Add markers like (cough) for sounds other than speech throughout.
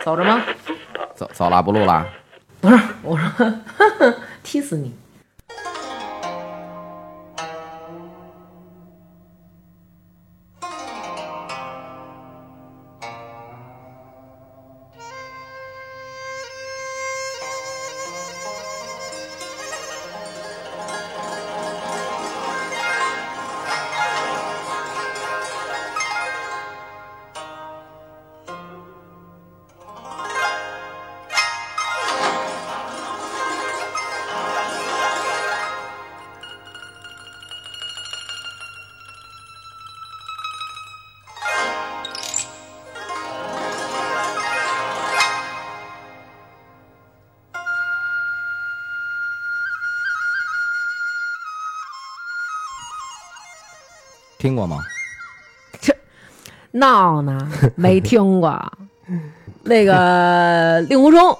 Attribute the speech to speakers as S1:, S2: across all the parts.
S1: 走着吗？
S2: 走走了，不录了。
S1: 不是，我说 (laughs) 呵呵踢死你！
S2: 听过吗？
S1: 闹呢？没听过。那个令狐冲，
S2: 《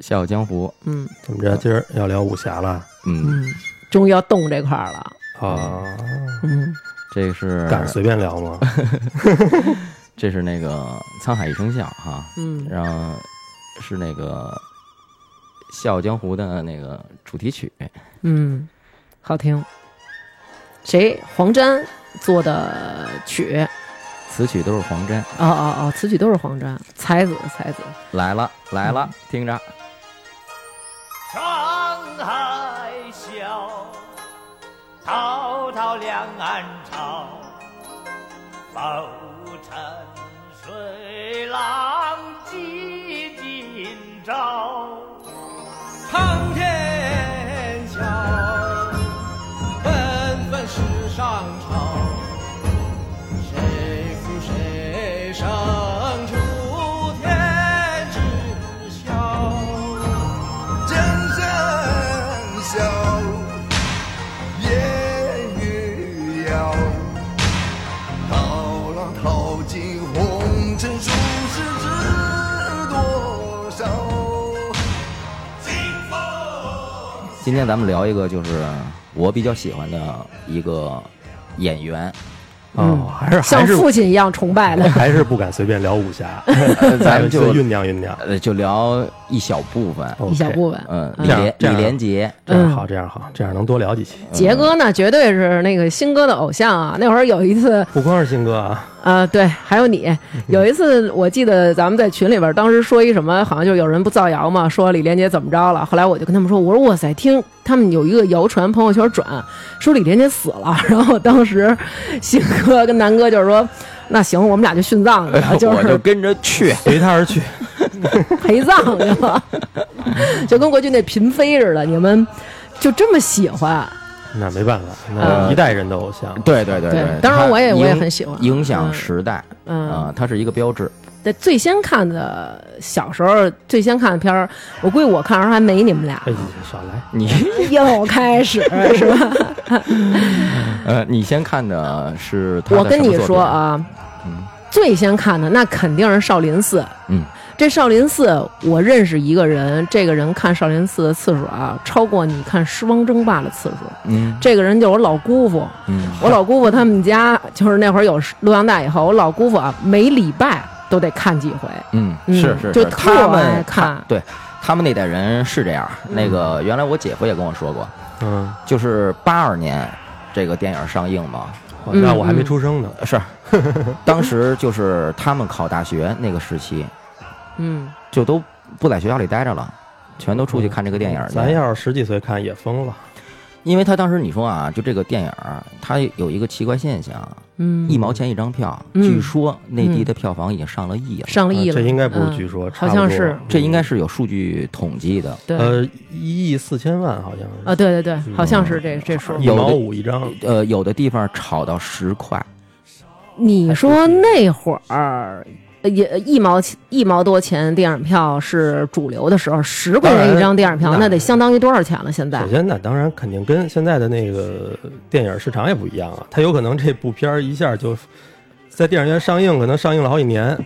S2: 笑傲江湖》
S1: 嗯
S3: 怎么着？今儿要聊武侠了
S2: 嗯，
S1: 嗯，终于要动这块儿了。
S3: 啊？
S1: 嗯，
S2: 这是
S3: 敢随便聊吗？
S2: 这是那个《沧海一声笑》哈，
S1: 嗯
S2: 然后是那个《笑傲江湖》的那个主题曲，
S1: 嗯，好听。谁？黄沾做的曲？
S2: 词曲都是黄沾。
S1: 哦哦哦，此曲都是黄沾，才子才子。
S2: 来了来了，
S1: 嗯
S2: 听着，
S4: 沧海笑，滔滔两岸潮。浮沉水浪几今朝。苍天笑，纷纷世上潮。谁负谁胜出天知晓。
S5: 江山笑，烟雨遥。涛浪淘尽红尘俗世知多少。清风。
S2: 今天咱们聊一个就是我比较喜欢的一个演 (laughs) 员，
S3: 哦，还是哦还
S1: 像
S3: 是
S1: 父亲一样崇
S3: (laughs)
S1: 拜的。
S3: 还是不敢随便聊武侠，
S2: 呃咱们
S3: 再
S2: 就
S3: 酝酿酝酿。
S2: 呃就聊一小部分，
S1: 一小
S3: OK，
S1: 部分，
S2: 嗯，
S1: 嗯
S2: 李连
S3: 这
S2: 李
S3: 样
S2: 连杰，
S3: 这样好，这样好，这样能多聊几期。
S1: 杰哥呢，绝对是那个新哥的偶像啊！那会儿有一次，
S3: 不光是新哥啊，
S1: 呃，对，还有你，有一次我记得咱们在群里边，当时说一什么，好像就有人不造谣嘛，说李连杰怎么着了。后来我就跟他们说，我说哇塞，听他们有一个谣传，朋友圈转说李连杰死了。然后当时新哥跟南哥就是说，那行，我们俩就殉葬去了，
S2: 哎我
S1: 是
S2: 就跟着去，
S3: 随他而去。
S1: 陪葬去
S2: (laughs)
S1: 了，就跟过去那嫔妃似的，你们就这么喜欢？
S3: (laughs) 那没办法，那
S2: 呃
S3: 一代人的偶像。
S2: (laughs) 对对对
S1: 对当然我也
S2: 他
S1: 我也
S2: 影
S1: 很喜欢
S2: 影响
S1: 嗯
S2: 时代
S1: 嗯
S2: 啊，它是一个标志，
S1: 对，最先看的小时候最先看的片儿，我估计我看时候还没你们俩
S3: 哎，少来，
S2: 你
S1: 又开
S3: (laughs)
S1: 始是吧？
S2: 呃，你先看的是他的
S1: 嗯我跟
S2: 什么
S1: 你
S2: 作
S1: 说
S2: 品，
S1: 啊，
S3: 嗯
S1: 最先看的那肯定是少林寺。
S2: 嗯，
S1: 这少林寺，我认识一个人，这个人看少林寺的次数啊，超过你看《狮王争霸》的次数。
S2: 嗯
S1: 这个人就是我老姑父，
S2: 嗯，
S1: 我老姑父他们家就是那会儿有录像带以后，我老姑父啊每礼拜都得看几回。
S2: 嗯，
S1: 嗯
S2: 是是，
S1: 就是
S2: 他
S1: 特爱
S2: 们
S1: 看嗯
S2: 对他们那代人是这样。那个原来我姐夫也跟我说过，
S3: 嗯，
S2: 就是八二年这个电影上映嘛，
S3: 我
S1: 嗯
S3: 那我还没
S1: 嗯
S3: 出生呢。
S2: 是当时就是他们考大学那个时期，
S1: 嗯，
S2: 就都不在学校里待着了。全都出去看这个电影
S3: 咱
S2: 去，
S3: 要是十几岁看也疯了。
S2: 因为他当时你说啊，就这个电影儿，它有一个奇怪现象，
S1: 嗯
S2: 一毛钱一张票，
S1: 嗯
S2: 据说内地的票房已经上了亿了，
S1: 上了亿
S3: 呃
S1: 了。
S3: 这应该不是
S1: 嗯
S3: 据说，
S1: 好
S3: 差不
S1: 像
S3: 多嗯
S1: 是
S2: 这应该是有数据统计的。
S1: 对。
S3: 呃一亿四千万，好像是
S1: 啊，对对对，好像是这这数。
S3: 一
S2: 有的
S3: 毛五一张。
S2: 呃，有的地方炒到十块，
S1: 你说那会儿呃也一毛钱一毛多钱电影票是主流的时候，十块
S3: 当
S1: 钱
S3: 然
S1: 一张电影票，
S3: 那
S1: 那得相当于多少钱了？现在
S3: 首先呢，当然肯定跟现在的那个电影市场也不一样啊，它有可能这部片儿一下就在电影院上映，可能上映了好几年，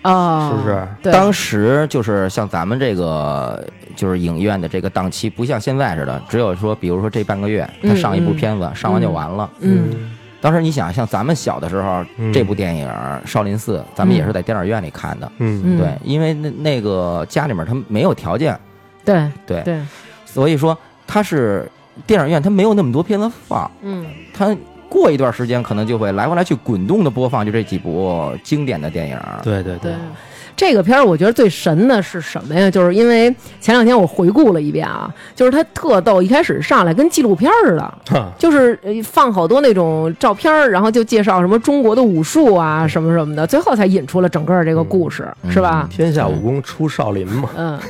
S1: 啊，
S3: 是不是？
S1: 对，
S2: 当时就是像咱们这个就是影院的这个档期，不像现在似的，只有说，比如说这半个月
S1: 嗯
S2: 他上一部片子，上完就完了。
S1: 嗯，
S2: 当时你想，像咱们小的时候，
S3: 嗯
S2: 这部电影《少林寺》，咱们也是在电影院里看的。
S3: 嗯
S1: 嗯
S2: 对，因为那那个家里面他没有条件，
S1: 对
S2: 对，
S1: 对，
S2: 所以说他是电影院，他没有那么多片子放，
S1: 嗯
S2: 他过一段时间可能就会来回来去滚动的播放，就这几部经典的电影。
S3: 对对
S1: 对。这个片儿我觉得最神的是什么呀？就是因为前两天我回顾了一遍啊，就是它特逗，一开始上来跟纪录片儿似的，
S3: 哈，
S1: 就是呃放好多那种照片儿，然后就介绍什么中国的武术啊什么什么的，最后才引出了整个这个故事，
S2: 嗯
S1: 是吧？
S3: 天下武功出少林嘛，
S1: 嗯，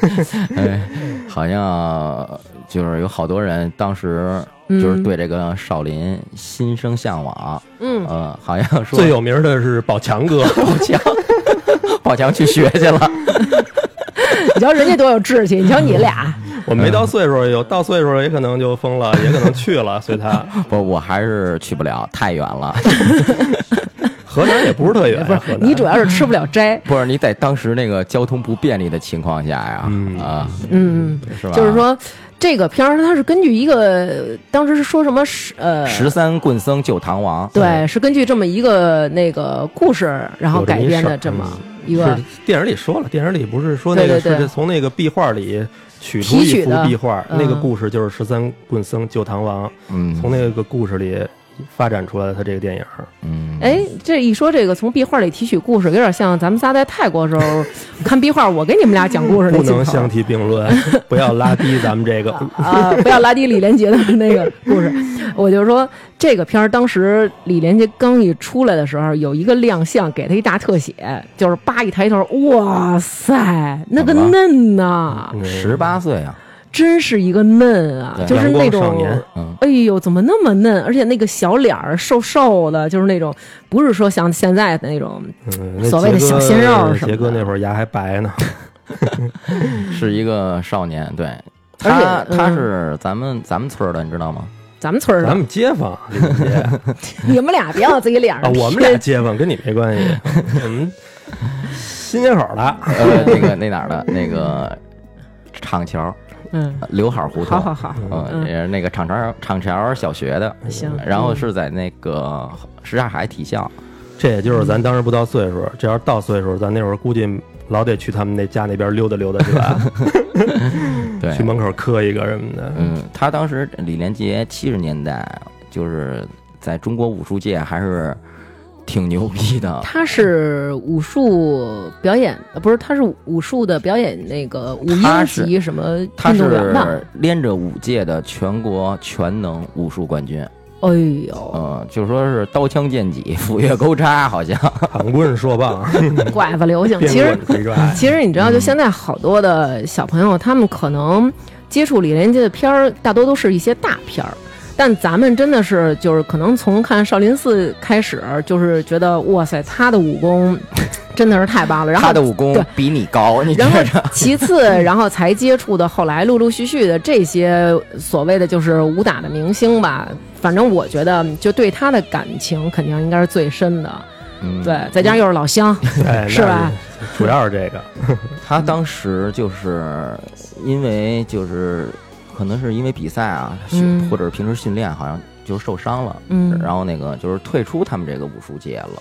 S2: 哎， (laughs) 好像就是有好多人当时就是对这个少林心生向往，
S1: 嗯，
S2: 呃，好像说
S3: 最有名的是宝
S1: (laughs)
S3: 强哥，
S2: 宝强，宝强去学去了， (laughs)
S1: 你瞧人家多有志气，你瞧你俩，
S3: 我没到岁数，有到岁数也可能就
S1: (laughs)
S3: 疯了，也可能去了，随他。
S2: 不，我还是去不了，太远了。 (laughs)
S3: 河南也不是
S1: (laughs)
S3: 特远呀，河南
S1: 你主要是吃不了斋，
S2: 不是你在当时那个交通不便利的情况下呀，
S3: 嗯
S2: 啊，
S1: 嗯，
S2: 是吧？
S1: 就是说这个片儿它是根据一个当时是说什么是呃
S2: 十三棍僧救唐王，
S1: 对，是根据这么一个那个故事，然后
S3: 有这么
S1: 改
S3: 一
S1: 编
S3: 事儿
S1: 的这么一个
S3: 是电影里说了，电影里不是说那个
S1: 对对对
S3: 是从那个壁画里取出一
S1: 提取
S3: 幅
S1: 的
S3: 壁画，
S1: 嗯
S3: 那个故事就是十三棍僧救唐王，
S2: 嗯，
S3: 从那个故事里发展出来的他这个电影。
S2: 嗯，
S1: 哎，这一说这个从壁画里提取故事，有点像咱们仨在泰国时候看壁画，我给你们俩讲故事那
S3: 不
S1: 镜
S3: 能
S1: 头
S3: 相提并论，不要拉低咱们这个。
S1: (laughs) 啊，不要拉低李连杰的那
S3: (laughs)
S1: 个故事。我就说这个片儿，当时李连杰刚一出来的时候，有一个亮相，给他一大特写，就是叭一抬头，哇塞，那个
S2: 怎么了
S1: 嫩呐、
S3: 嗯
S2: 十八岁啊，
S1: 真是一个嫩啊，
S2: 对
S1: 就是那
S3: 阳光少
S1: 种
S3: 年。
S2: 嗯，
S1: 哎呦，怎么那么嫩？而且那个小脸儿瘦瘦的，就是那种不是说像现在的那种，
S3: 嗯那
S1: 所谓的
S3: 杰哥呃
S1: 小鲜肉什么的
S3: 杰哥那会儿牙还
S1: (laughs)
S3: 白呢，
S2: 是一个少年，对。
S1: 而且
S2: 他他
S1: 嗯
S2: 是咱们咱们村儿的，你知道吗？
S1: 咱们村儿
S3: 咱
S1: 的。
S3: 们街坊
S1: (laughs)
S3: 李连杰啊，
S1: 你们俩别往自己脸上贴。
S3: 我们俩街坊跟你没
S1: (laughs)
S3: 关系，我们新街口的。
S2: 呃，那个那哪儿的，那个厂桥
S1: 嗯，
S2: 刘海胡同，
S1: 好好好，
S2: 嗯，
S1: 嗯
S2: 也是那个厂桥厂桥小学的，
S1: 行。嗯
S2: 然后是在那个什刹海体校，
S3: 这也就是咱当时不到岁数，这要是到岁数，咱那会儿估计老得去他们那家那边溜达溜达去
S1: (laughs)
S3: 吧，
S1: 嗯
S2: 对
S3: 去，门口磕一个什么的。
S2: 嗯，他当时李连杰七十年代就是在中国武术界还是挺牛逼的，
S1: 他是武术表演，呃不是，他是武术的表演那个武英
S2: 他是
S1: 级什么
S2: 他
S1: 运动员吧？
S2: 是连着五届的全国全能武术冠军，
S1: 哎
S2: (laughs)
S1: 呦，
S2: 嗯，就说是刀枪剑戟、 (laughs) 斧钺钩叉，好像，
S3: 喊棍说棒，
S1: 拐子流行。(laughs)
S3: 变
S1: 其实
S3: 棍回拽，
S1: 其实你知道，就现在好多的小朋友，他们可能接触李连杰的片儿，大多都是一些大片儿。但咱们真的是，就是可能从看《少林寺》开始，就是觉得哇塞，他的武功 (laughs) 真的是太棒了。然后
S2: 他的武功
S1: 对
S2: 比你高，你
S1: 然后
S2: 这着， (laughs)
S1: 其次，然后才接触的，后来陆陆续续的这些所谓的就是武打的明星吧，反正我觉得就对他的感情肯定应该是最深的。
S2: 嗯
S1: 对，再加上又是老乡，(laughs)
S3: 哎，
S1: 是吧
S3: 那是？主要是这个，
S2: 他当时就是因为就是可能是因为比赛啊，训
S1: 嗯
S2: 或者是平时训练，好像就是受伤了，
S1: 嗯
S2: 然后那个就是退出他们这个武术界了，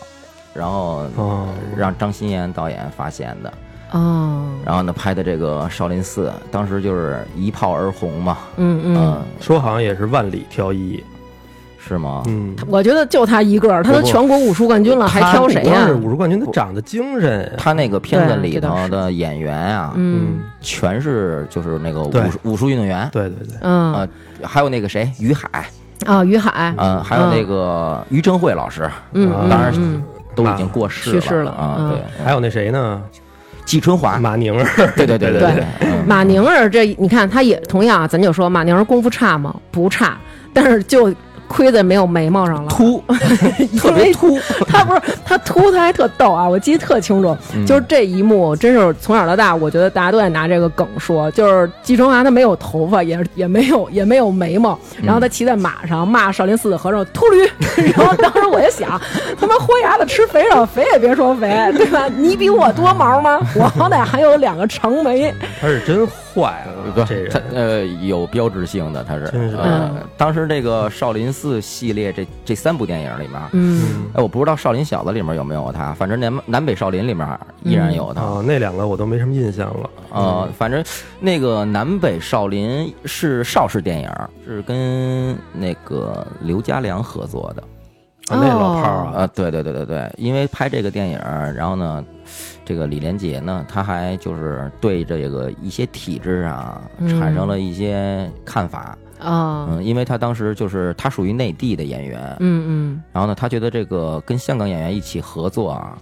S2: 然后
S3: 哦，
S2: 让张欣妍导演发现的，
S1: 哦，
S2: 然后呢拍的这个《少林寺》，当时就是一炮而红嘛，
S1: 嗯嗯，
S2: 嗯，
S3: 说好像也是万里挑一，
S2: 是吗？
S3: 嗯，
S1: 我觉得就他一个儿，他都
S2: 不不
S1: 全国武术冠
S2: 嗯
S1: 军了，还挑谁
S3: 不光
S1: 呀嗯
S3: 是？武术冠军，他长得精神呀，
S2: 他那个片子
S1: 对啊
S2: 里
S1: 这倒
S2: 头
S1: 是
S2: 的演员啊，
S1: 嗯
S2: 全是就是那个
S3: 对
S2: 武术武术运动员，
S3: 对对对，
S1: 嗯
S2: 啊还有那个谁于海，
S1: 啊，于海，
S2: 嗯，还有那个于正慧老师，
S1: 嗯嗯
S2: 啊当然是
S1: 嗯
S2: 都已经过世
S1: 去世了
S2: 啊
S1: 嗯。
S2: 对，
S3: 还有那谁呢？
S2: 季春华，
S3: 马宁儿，
S2: 对对对
S1: 对
S2: 对，
S1: (laughs)
S2: 嗯
S1: 马宁儿这你看他也同样，啊咱就说马宁儿功夫差吗？不差，但是就亏在没有眉毛上了。
S2: 秃，特别秃，
S1: (laughs) 他不是他秃，他还特逗啊！我记得特清楚，
S2: 嗯
S1: 就是这一幕，真是从小到大，我觉得大家都在拿这个梗说，就是季春华他没有头发，也也没有也没有眉毛，
S2: 嗯
S1: 然后他骑在马上骂少林寺的和尚秃驴， (laughs) 然后当时我就想，他妈豁牙子吃肥肉，肥也
S2: (laughs)
S1: 别说肥，对吧？你比我多毛吗？我好歹还有两个长眉，
S3: (laughs) 他是真火坏
S2: 不
S3: 啊，这，
S2: 它
S3: 人
S2: 呃有标志性的，它是
S3: 真是
S2: 呃，当时这个少林寺系列这这三部电影里面，
S1: 嗯
S2: 哎，我不知道少林小子里面有没有他，反正南南北少林里面依然有他。
S3: 啊，那两个我都没什么印象了。嗯
S2: 呃，反正那个南北少林是邵氏电影，是跟那个刘家良合作的。
S3: 啊那老炮儿啊，
S2: 啊，对对对对对，因为拍这个电影儿，然后呢，这个李连杰呢，他还就是对这个一些体制啊
S1: 嗯
S2: 产生了一些看法。
S1: 啊，
S2: 嗯，因为他当时就是他属于内地的演员，
S1: 嗯
S2: 然后呢，他觉得这个跟香港演员一起合作啊，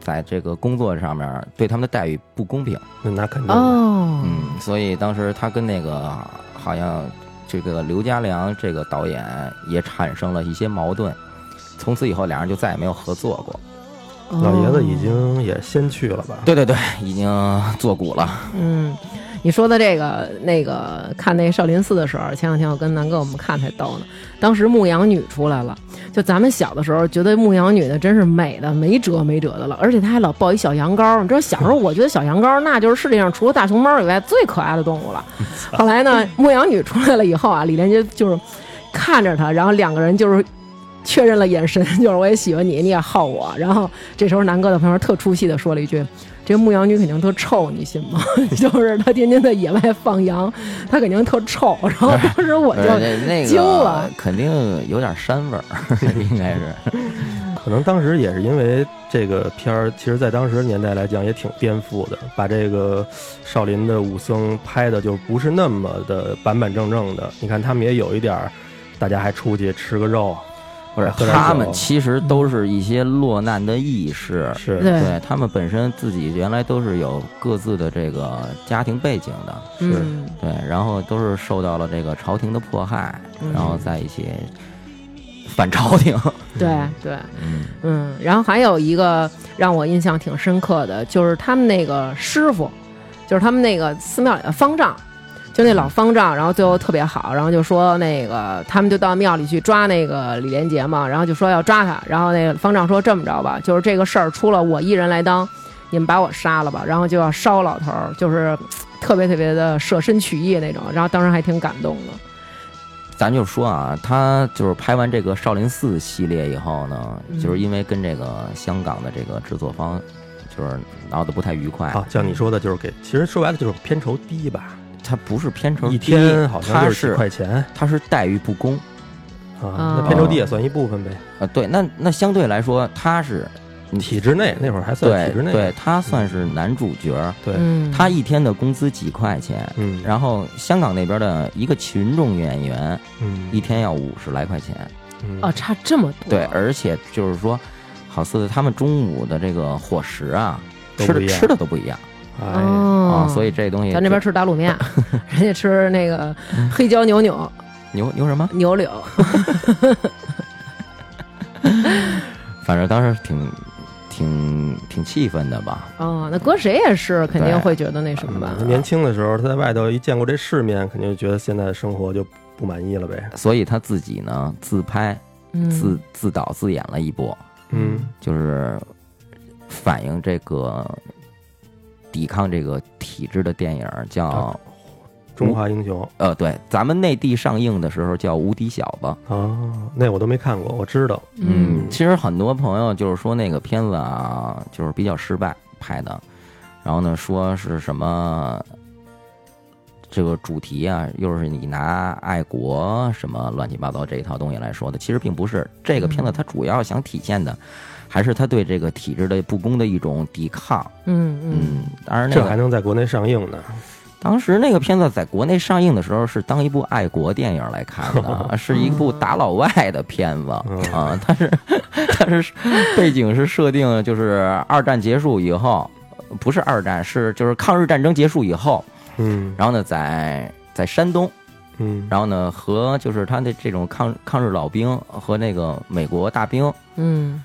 S2: 在这个工作上面对他们的待遇不公平。
S3: 那那肯
S1: 嗯，
S3: 定的。
S1: 哦，
S2: 嗯，所以当时他跟那个好像这个刘家良这个导演也产生了一些矛盾，从此以后俩人就再也没有合作过。
S3: 老爷子已
S1: 哦，
S3: 经也先去了吧？
S2: 对对对，已经作古 (laughs) 了。
S1: 嗯。你说的这个那个看那少林寺的时候，前两天我跟南哥我们看才逗呢。当时牧羊女出来了，就咱们小的时候觉得牧羊女呢真是美的没辙没辙的了，而且她还老抱一小羊羔。你知道小时候我觉得小羊羔那就是世界上除了大熊猫以外最可爱的动 (laughs) 物了。后来呢，牧羊女出来了以后啊，李连杰就是看着她，然后两个人就是。 (laughs) 确认了眼神，就是我也喜欢你，你也好我。然后这时候南哥在旁边特出戏的说了一句：“ (laughs) 这牧羊女肯定特臭，你信吗？ (laughs) 就是她天天在野外放羊，她肯定特臭。”然后当时我就
S2: 呃那那
S1: 惊了
S2: 个肯定有点膻味 (laughs) 儿，应该是。
S3: 可能当时也是因为这个片儿，其实在当时年代来讲也挺颠覆的，把这个少林的武僧拍的就不是那么的板板正正的。你看他们也有一点儿，大家还出去吃个肉，啊
S2: 不是
S3: 喝，点
S2: 他
S3: 酒
S2: 们其实都是一些落难的义士，
S3: 是
S1: 对
S2: 对他们本身自己原来都是有各自的这个家庭背景的，
S1: 嗯，
S2: 对，然后都是受到了这个朝廷的迫害，
S1: 嗯
S2: 然后在一起反朝廷。
S1: 对对，
S2: 嗯，
S1: 嗯，然后还有一个让我印象挺深刻的，就是他们那个师傅，就是他们那个寺庙里的方丈，就那老方丈，然后最后特别好，然后就说那个他们就到庙里去抓那个李连杰嘛，然后就说要抓他，然后那个方丈说这么着吧，就是这个事儿出了我一人来当，你们把我杀了吧，然后就要烧老头儿，就是特别特别的舍身取义那种，然后当时还挺感动的，
S2: 咱就说啊，他就是拍完这个少林寺系列以后呢，
S1: 嗯
S2: 就是因为跟这个香港的这个制作方就是闹得不太愉快，
S3: 啊，像你说的就是给，其实说白了就是片酬低吧，
S2: 他不是片酬
S3: 一
S2: 低
S3: 天好像
S2: 他
S3: 就是几
S2: 是
S3: 块钱
S2: 他是待遇不公。
S3: 啊，
S1: 啊
S3: 那片酬低也算一部分呗。
S2: 呃，对，那那相对来说，他是
S3: 体制内那会儿还
S2: 嗯
S3: 算
S2: 对
S3: 体制内，
S2: 对，他算是男主角儿，
S3: 对
S1: 嗯，
S2: 他一天的工资几块钱，
S3: 嗯，
S2: 然后香港那边的一个群众演员
S3: 嗯
S2: 一天要五十来块钱，
S3: 嗯
S1: 哦差这么多，
S2: 对，而且就是说，好似他们中午的这个伙食啊，
S3: 都
S2: 吃
S3: 不一
S2: 的
S3: 样
S2: 吃的都不一样
S3: 哎，
S1: 哦
S2: 啊，，所以这东西
S1: 咱这边
S2: 就
S1: 吃打卤面，人家吃那个黑椒牛柳、
S2: 牛牛什么，
S1: 牛柳。
S2: 反正当时挺挺挺气愤的吧，
S1: 哦，那搁谁也是肯定会觉得那什么吧
S3: 嗯。年轻的时候他在外头一见过这世面，肯定觉得现在的生活就不满意了呗。
S2: 所以他自己呢自拍自
S1: 嗯，
S2: 自导自演了一波，
S3: 嗯，
S2: 就是反映这个抵抗这个体制的电影儿叫
S3: 啊。中华英雄
S2: 呃，对，咱们内地上映的时候叫《无敌小子》，
S3: 啊，那我都没看过，我知道，
S1: 嗯，
S2: 其实很多朋友就是说那个片子啊，就是比较失败拍的，然后呢说是什么这个主题啊，又是你拿爱国什么乱七八糟这一套东西来说的，其实并不是。这个片子它主要想体现的，还是他对这个体制的不公的一种抵抗。
S1: 嗯
S2: 嗯，当然那
S3: 这
S2: 个
S3: 还能在国内上映呢。
S2: 当时那个片子在国内上映的时候是当一部爱国电影来看的，是一部打老外的片子
S3: 嗯
S2: 啊，但是 (laughs) 但是背景是设定就是二战结束以后，不是二战是就是抗日战争结束以后，
S3: 嗯
S2: 然后呢在在山东，
S3: 嗯，
S2: 然后呢和就是他的这种抗抗日老兵和那个美国大兵
S1: 嗯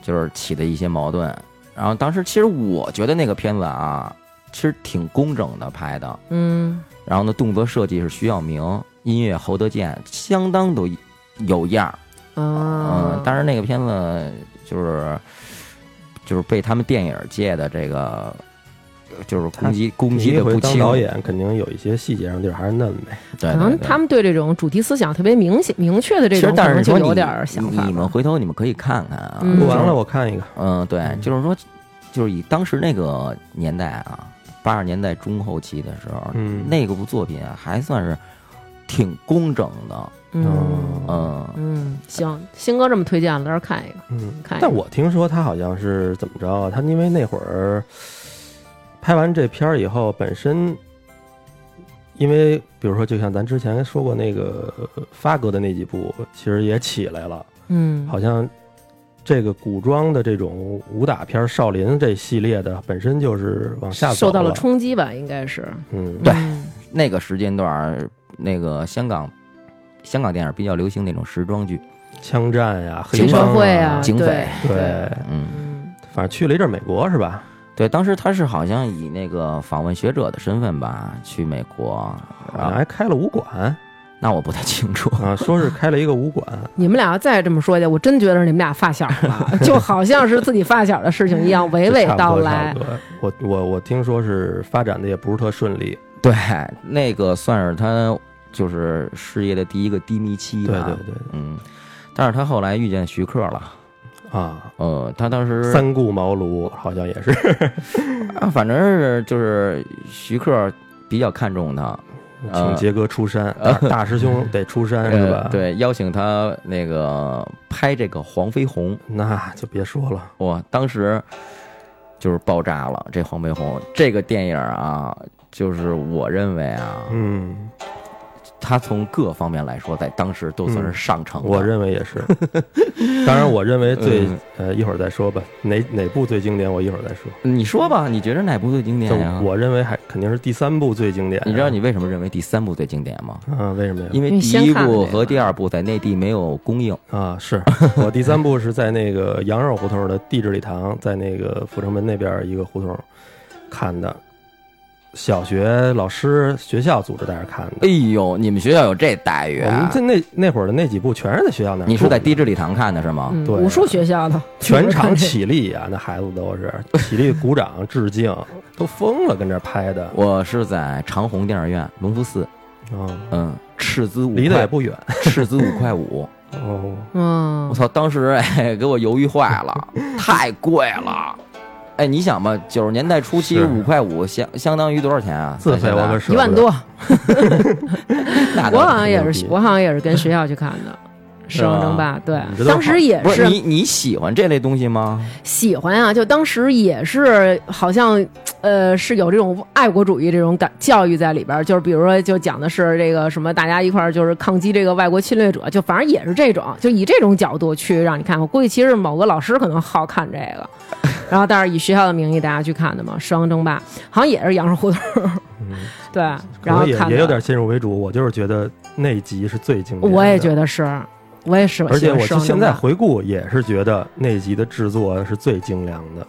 S2: 就是起的一些矛盾，然后当时其实我觉得那个片子啊，其实挺工整的拍的。
S1: 嗯
S2: 然后呢，动作设计是徐晓明，音乐侯德健，相当都有样儿。
S1: 嗯啊
S2: 嗯，，当然那个片子就是就是被他们电影界的这个就是攻击攻
S3: 你
S2: 击
S3: 一
S2: 的
S3: 回
S2: 不
S3: 当
S2: 清，
S3: 导演，肯定有一些细节上地儿还是嫩呗。
S2: 对，
S1: 可能
S2: 对对
S1: 他们对这种主题思想特别明显、明确的这
S2: 其实
S1: 种，可
S2: 但
S1: 能
S2: 是
S1: 就
S2: 说
S1: 有
S2: 你
S1: 点儿想法
S2: 你们
S1: 吧。
S2: 回头你们可以看看啊，
S1: 嗯
S3: 录完
S2: 就是
S3: 了我看一个，
S2: 嗯，对
S3: 嗯，
S2: 就是说，就是以当时那个年代啊，八十年代中后期的时候，
S3: 嗯
S2: 那个部作品啊还算是挺工整的，
S1: 嗯
S2: 嗯，
S1: 嗯，行，新哥这么推荐了，到时候看一个。
S3: 嗯
S1: 看一
S3: 但
S1: 下
S3: 我听说他好像是怎么着啊？他因为那会儿拍完这片儿以后，本身因为比如说，就像咱之前说过那个呃发哥的那几部，其实也起来了，
S1: 嗯，
S3: 好像。这个古装的这种武打片儿，少林这系列的本身就是往下走
S1: 受到
S3: 了
S1: 了冲击吧，应该是。
S3: 嗯，
S2: 对
S1: 嗯
S2: 那个时间段儿，那个香港香港电影比较流行那种时装剧，
S3: 枪战呀、黑
S1: 黑社
S3: 帮
S1: 会啊，
S2: 警
S1: 对
S2: 匪
S3: 对，
S2: 嗯，
S1: 嗯
S3: 反正去了一阵美国是吧？
S2: 对，当时他是好像以那个访问学者的身份吧去美国，
S1: 啊
S3: 然
S2: 然
S3: 后
S2: 后
S3: 还开了武馆
S2: 那我不太清
S3: (laughs)
S2: 楚，
S3: 啊，说是开了一个武馆，
S1: 你们俩再这么说去，我真觉得你们俩发小
S3: (laughs)
S1: 了，就好像是自己发小的事情一样，娓
S3: 就
S1: 娓
S3: 差不
S1: 道
S3: 多
S1: 来
S3: 差。不多我我我听说是发展的也不是特顺利，
S2: 对，那个算是他就是事业的第一个低迷期
S3: 对
S2: 吧，
S3: 对对
S2: 嗯，但是他后来遇见徐克了。
S3: 啊，
S2: 呃，他当时
S3: 三顾茅庐好像也是，
S2: 啊，反正是就是徐克比较看重他，呃
S3: 请杰哥出山，大大师兄得出山是吧
S2: 呃，？，对，邀请他那个拍这个《黄飞鸿
S3: 那就别说了，》，
S2: 哇，当时就是爆炸了。这《黄飞鸿》这个电影啊，就是我认为啊，
S3: 嗯，
S2: 他从各方面来说，在当时都算是上乘的、
S3: 嗯我认为也是。当然，我认为最
S2: 嗯
S3: 呃一会儿再说吧，哪哪部最经典我一会儿再说。
S2: 你说吧，你觉得哪部最经典
S3: 就
S2: 哎呀、
S3: 我认为还肯定是第三部最经典啊。
S2: 你知道你为什么认为第三部最经典吗？
S3: 啊？为什么呀？
S2: 因为
S1: 因为
S2: 第
S1: 先
S2: 一
S1: 看的
S2: 部
S1: 这
S2: 和
S1: 个
S2: 第二部在内地没有公映，
S3: 啊，是 (laughs) 我第三部是在那个羊肉胡同的地质礼堂，在那个阜成门那边一个胡同看的，小学老师学校组织带着看
S2: 哎
S3: 的。
S2: 呦，你们学校有这待遇、
S3: 我
S2: 啊
S3: 们？在那那会儿的那几部全是在学校那儿看的，
S2: 你是在低智礼堂看的是吗？
S1: 嗯
S3: 对啊
S1: 武术学校的
S3: (laughs) 全场起立啊，那孩子都是起立鼓掌致敬，都疯了，跟这儿拍
S2: (laughs)
S3: 的，
S2: 我是在长虹电影院隆福寺，
S3: 嗯，
S2: 嗯，斥资五
S3: 离得
S2: 块，
S3: 也不远
S2: 斥资五块五，
S3: 哦，
S1: (laughs) 嗯
S2: 我，操！当时哎，给我犹豫坏了，太贵了。哎，你想吧，九十年代初期
S3: 是
S2: 五块五相相当于多少钱啊？
S3: 自费
S2: 在现
S3: 我
S2: 在
S3: 可舍
S1: 一
S3: 不
S1: 万
S3: 得，
S1: 多，
S2: 那
S1: 我
S2: 倒
S1: 好像也
S3: 牛
S1: 是，
S3: 逼
S1: 我好像也是跟学校去看
S3: (laughs)
S1: 的。
S2: 是
S1: 生
S2: 吧
S1: 争霸，对
S3: 你这，都
S1: 当时也
S2: 不
S1: 是
S2: 你你喜欢这类东西吗？
S1: 喜欢啊，就当时也是好像，呃，是有这种爱国主义这种感教育在里边儿，就是比如说就讲的是这个什么，大家一块儿就是抗击这个外国侵略者，就反正也是这种，就以这种角度去让你看。我估计其实某个老师可能好看这个， (laughs) 然后但是以学校的名义大家去看的嘛，《狮王争霸》好像也是杨氏胡同儿，对，
S3: 嗯可
S1: 然后
S3: 能也
S1: 看
S3: 也
S1: 的
S3: 有点先入为主，我就是觉得那一集是最经典的，
S1: 我也觉得是，我也 (laughs) 是，
S3: 而且
S1: 喜欢
S3: 我
S1: 狮王
S3: 现
S1: 争
S3: 在
S1: 霸
S3: 回顾也是觉得那集的制作是最精良的，《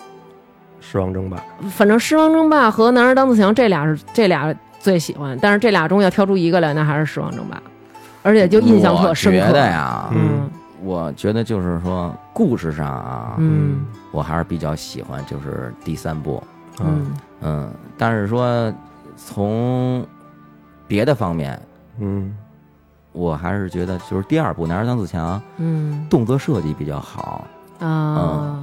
S3: 狮王争霸》
S1: 反正《狮王争霸》和《男儿当自强》这俩是这俩最喜欢，但是这俩中要挑出一个来，那还是《狮王争霸》，而且就印象特深刻。
S2: 我觉得呀，
S1: 嗯
S2: 我觉得就是说故事上啊，
S1: 嗯
S2: 我还是比较喜欢就是第三部。
S3: 嗯
S1: 嗯
S2: 嗯，但是说从别的方面，
S3: 嗯
S2: 我还是觉得就是第二部《男儿当自强》
S1: 嗯
S2: 动作设计比较好，
S1: 啊，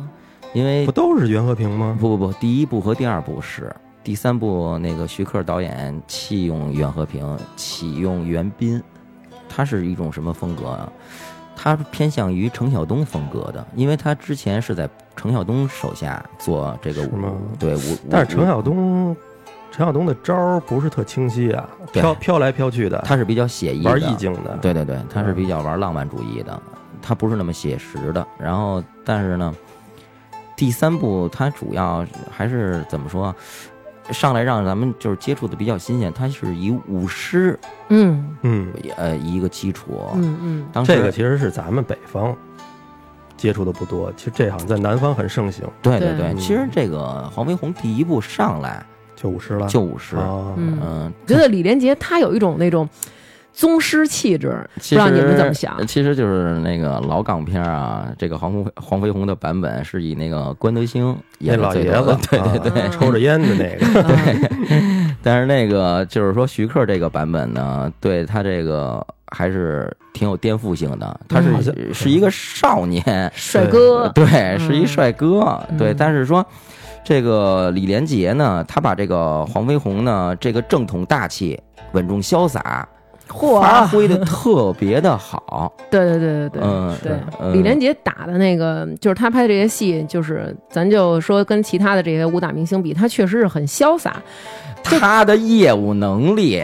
S2: 因为不
S3: 不都是袁和平吗？
S2: 不不，第一部和第二部是，第三部那个徐克导演弃用袁和平，启用袁彬，他是一种什么风格啊？他偏向于程晓东风格的，因为他之前是在程晓东手下做这个
S3: 是吗
S2: 武对武，
S3: 但是程
S2: 武
S3: 晓东，程晓东的招儿不是特清晰啊，
S2: 对
S3: 飘飘来飘去的，
S2: 他是比较写意的，
S3: 玩意境的，
S2: 对对对，他是
S3: 嗯
S2: 比较玩浪漫主义的，他不是那么写实的。然后，但是呢，第三部它主要还是怎么说？上来让咱们就是接触的比较新鲜，它是以舞狮
S1: 嗯
S3: 嗯，
S2: 呃一个基础。
S1: 嗯嗯，
S2: 当时
S3: 这个其实是咱们北方接触的不多，其实这好像在南方很盛行，
S2: 对对
S1: 对
S2: 对，
S3: 嗯
S2: 其实这个黄飞鸿第一部上来
S3: 就舞狮了，
S2: 就舞狮，
S3: 啊，
S1: 嗯
S2: 嗯，
S1: 觉得李连杰他有一种那种。宗师气
S2: (laughs)
S1: 质，不
S2: 其
S1: 知道你们
S2: 实
S1: 怎么想？
S2: 其实就是那个老港片啊，这个黄飞黄飞鸿的版本是以那个关德兴
S3: 那
S2: 演的
S3: 老
S2: 最
S3: 爷
S2: 多
S3: 子啊
S2: 的，， (laughs) 对对对。
S3: 对
S1: 嗯
S3: 抽着烟的那
S1: (laughs)
S3: 个，
S1: 嗯
S2: 但是那个就是说徐克这个版本呢，对他这个还是挺有颠覆性的，他
S1: 嗯
S3: 好像
S2: 是是一个少年，
S1: 帅哥，
S2: (laughs) 对，是一帅哥，
S1: 嗯
S2: 对。但是说这个李连杰呢，他把这个黄飞鸿呢，这个正统大气、稳重潇洒，发
S1: 嚯，
S2: 挥的特别
S1: (laughs)
S2: 的好。
S1: 对对对对对。
S2: 嗯，
S1: 对
S2: 嗯
S1: 李连杰打的那个，就是他拍的这些戏，就是咱就说跟其他的这些武打明星比，他确实是很潇洒。
S2: 他的业务能
S3: (laughs)
S2: 力，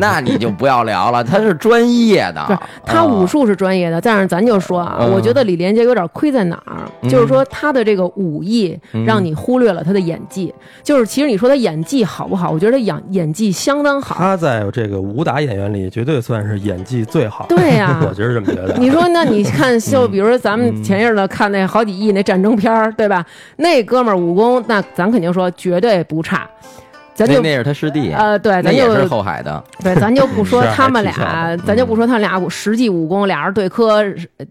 S2: 那你就不要聊了，他是专业
S1: 不是
S2: 的，
S1: 他
S2: 嗯
S1: 武术是专业的，但是咱就说啊，
S2: 嗯
S1: 我觉得李连杰有点亏在哪儿，
S2: 嗯
S1: 就是说他的这个武艺
S2: 嗯
S1: 让你忽略了他的演技。就是其实你说他演技好不好？我觉得他演演技相
S3: (laughs)
S1: 当好。
S3: 他在这个武打演员里绝对算是演技最好的。
S1: 对呀
S3: 我就是这么觉得。
S1: 啊
S3: 啊
S1: 你说，那你看，就比如说咱们前一阵儿呢看那好几亿那战争片儿，对吧？那哥们儿武功，那咱肯定说绝对不差。咱
S2: 那
S1: 就
S2: 那是他师弟，
S1: 呃，对，
S2: 那
S1: 咱
S2: 也是
S1: 就
S2: 后海的，
S1: 对，咱就不说
S3: 是还
S1: 他们
S3: 挺像
S1: 俩
S3: 的，
S1: 咱就不说他们俩武实际武功，俩人对磕，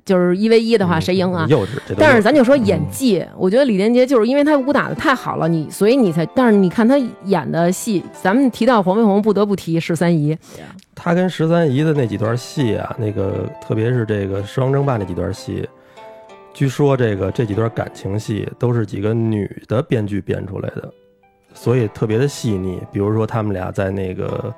S1: 就是一 v 一的话，谁赢啊？
S3: 幼稚，这都嗯
S1: 但是
S3: 幼稚
S1: 咱就说演技，我觉得李连杰就是因为他武打的太好了，你所以你才，但是你看他演的戏，咱们提到黄飞鸿，不得不提十三姨，
S3: 他跟十三姨的那几段戏啊，那个特别是这个《时光争霸》那几段戏，据说这个这几段感情戏都是几个女的编剧编出来的，所以特别的细腻。比如说他们俩在那个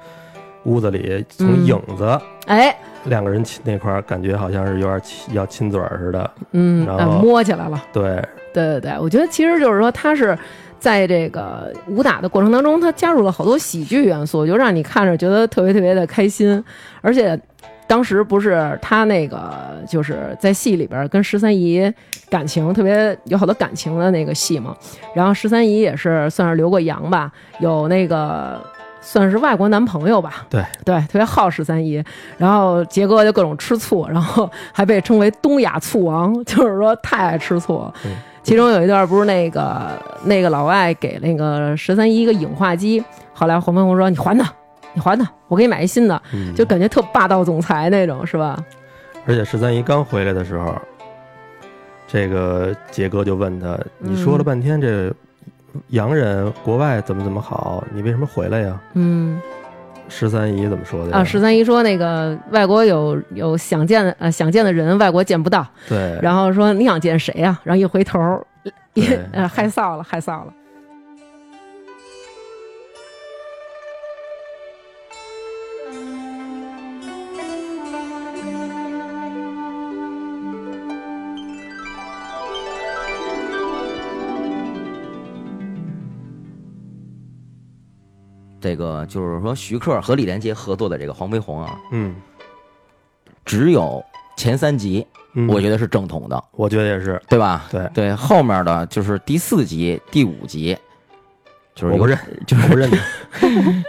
S3: 屋子里，从
S1: 嗯
S3: 影子、
S1: 哎，
S3: 两个人亲那块儿，感觉好像是有点亲要亲嘴儿似的。
S1: 嗯，
S3: 然
S1: 呃
S3: 后
S1: 摸起来了，
S3: 对，
S1: 对对对，我觉得其实就是说他是。在这个武打的过程当中，他加入了好多喜剧元素，就让你看着觉得特别特别的开心。而且当时不是他那个就是在戏里边跟十三姨感情特别有好多感情的那个戏嘛，然后十三姨也是算是留过洋吧，有那个。算是外国男朋友吧，
S3: 对
S1: 对，特别好十三姨，然后杰哥就各种吃醋，然后还被称为东亚醋王，就是说太爱吃醋了。
S3: 嗯
S1: 其中有一段不是那个那个老外给那个十三姨一个影画机，后来黄飞鸿说你还他，你还他，我给你买一新的，
S3: 嗯
S1: 就感觉特霸道总裁那种，是吧？
S3: 而且十三姨刚回来的时候，这个杰哥就问他：“
S1: 嗯
S3: 你说了半天这洋人国外怎么怎么好，你为什么回来呀
S1: 嗯，？”
S3: 十三姨怎么说的呀？
S1: 啊，十三姨说那个外国有有想见的呃想见的人，外国见不到，
S3: 对，
S1: 然后说你想见谁呀、然后一回头，也
S3: 对
S1: (laughs) 呃害臊了，害臊了。
S2: 这个就是说徐克和李连杰合作的这个黄飞鸿啊，
S3: 嗯，
S2: 只有前三集
S3: 嗯
S2: 我觉得是啊正统的，
S3: 我觉得也是，
S2: 对吧？
S3: 对
S2: 对，后面的就是第四集、第五集， (laughs) 就是
S3: 我不
S2: 有
S3: 认，就是不认得。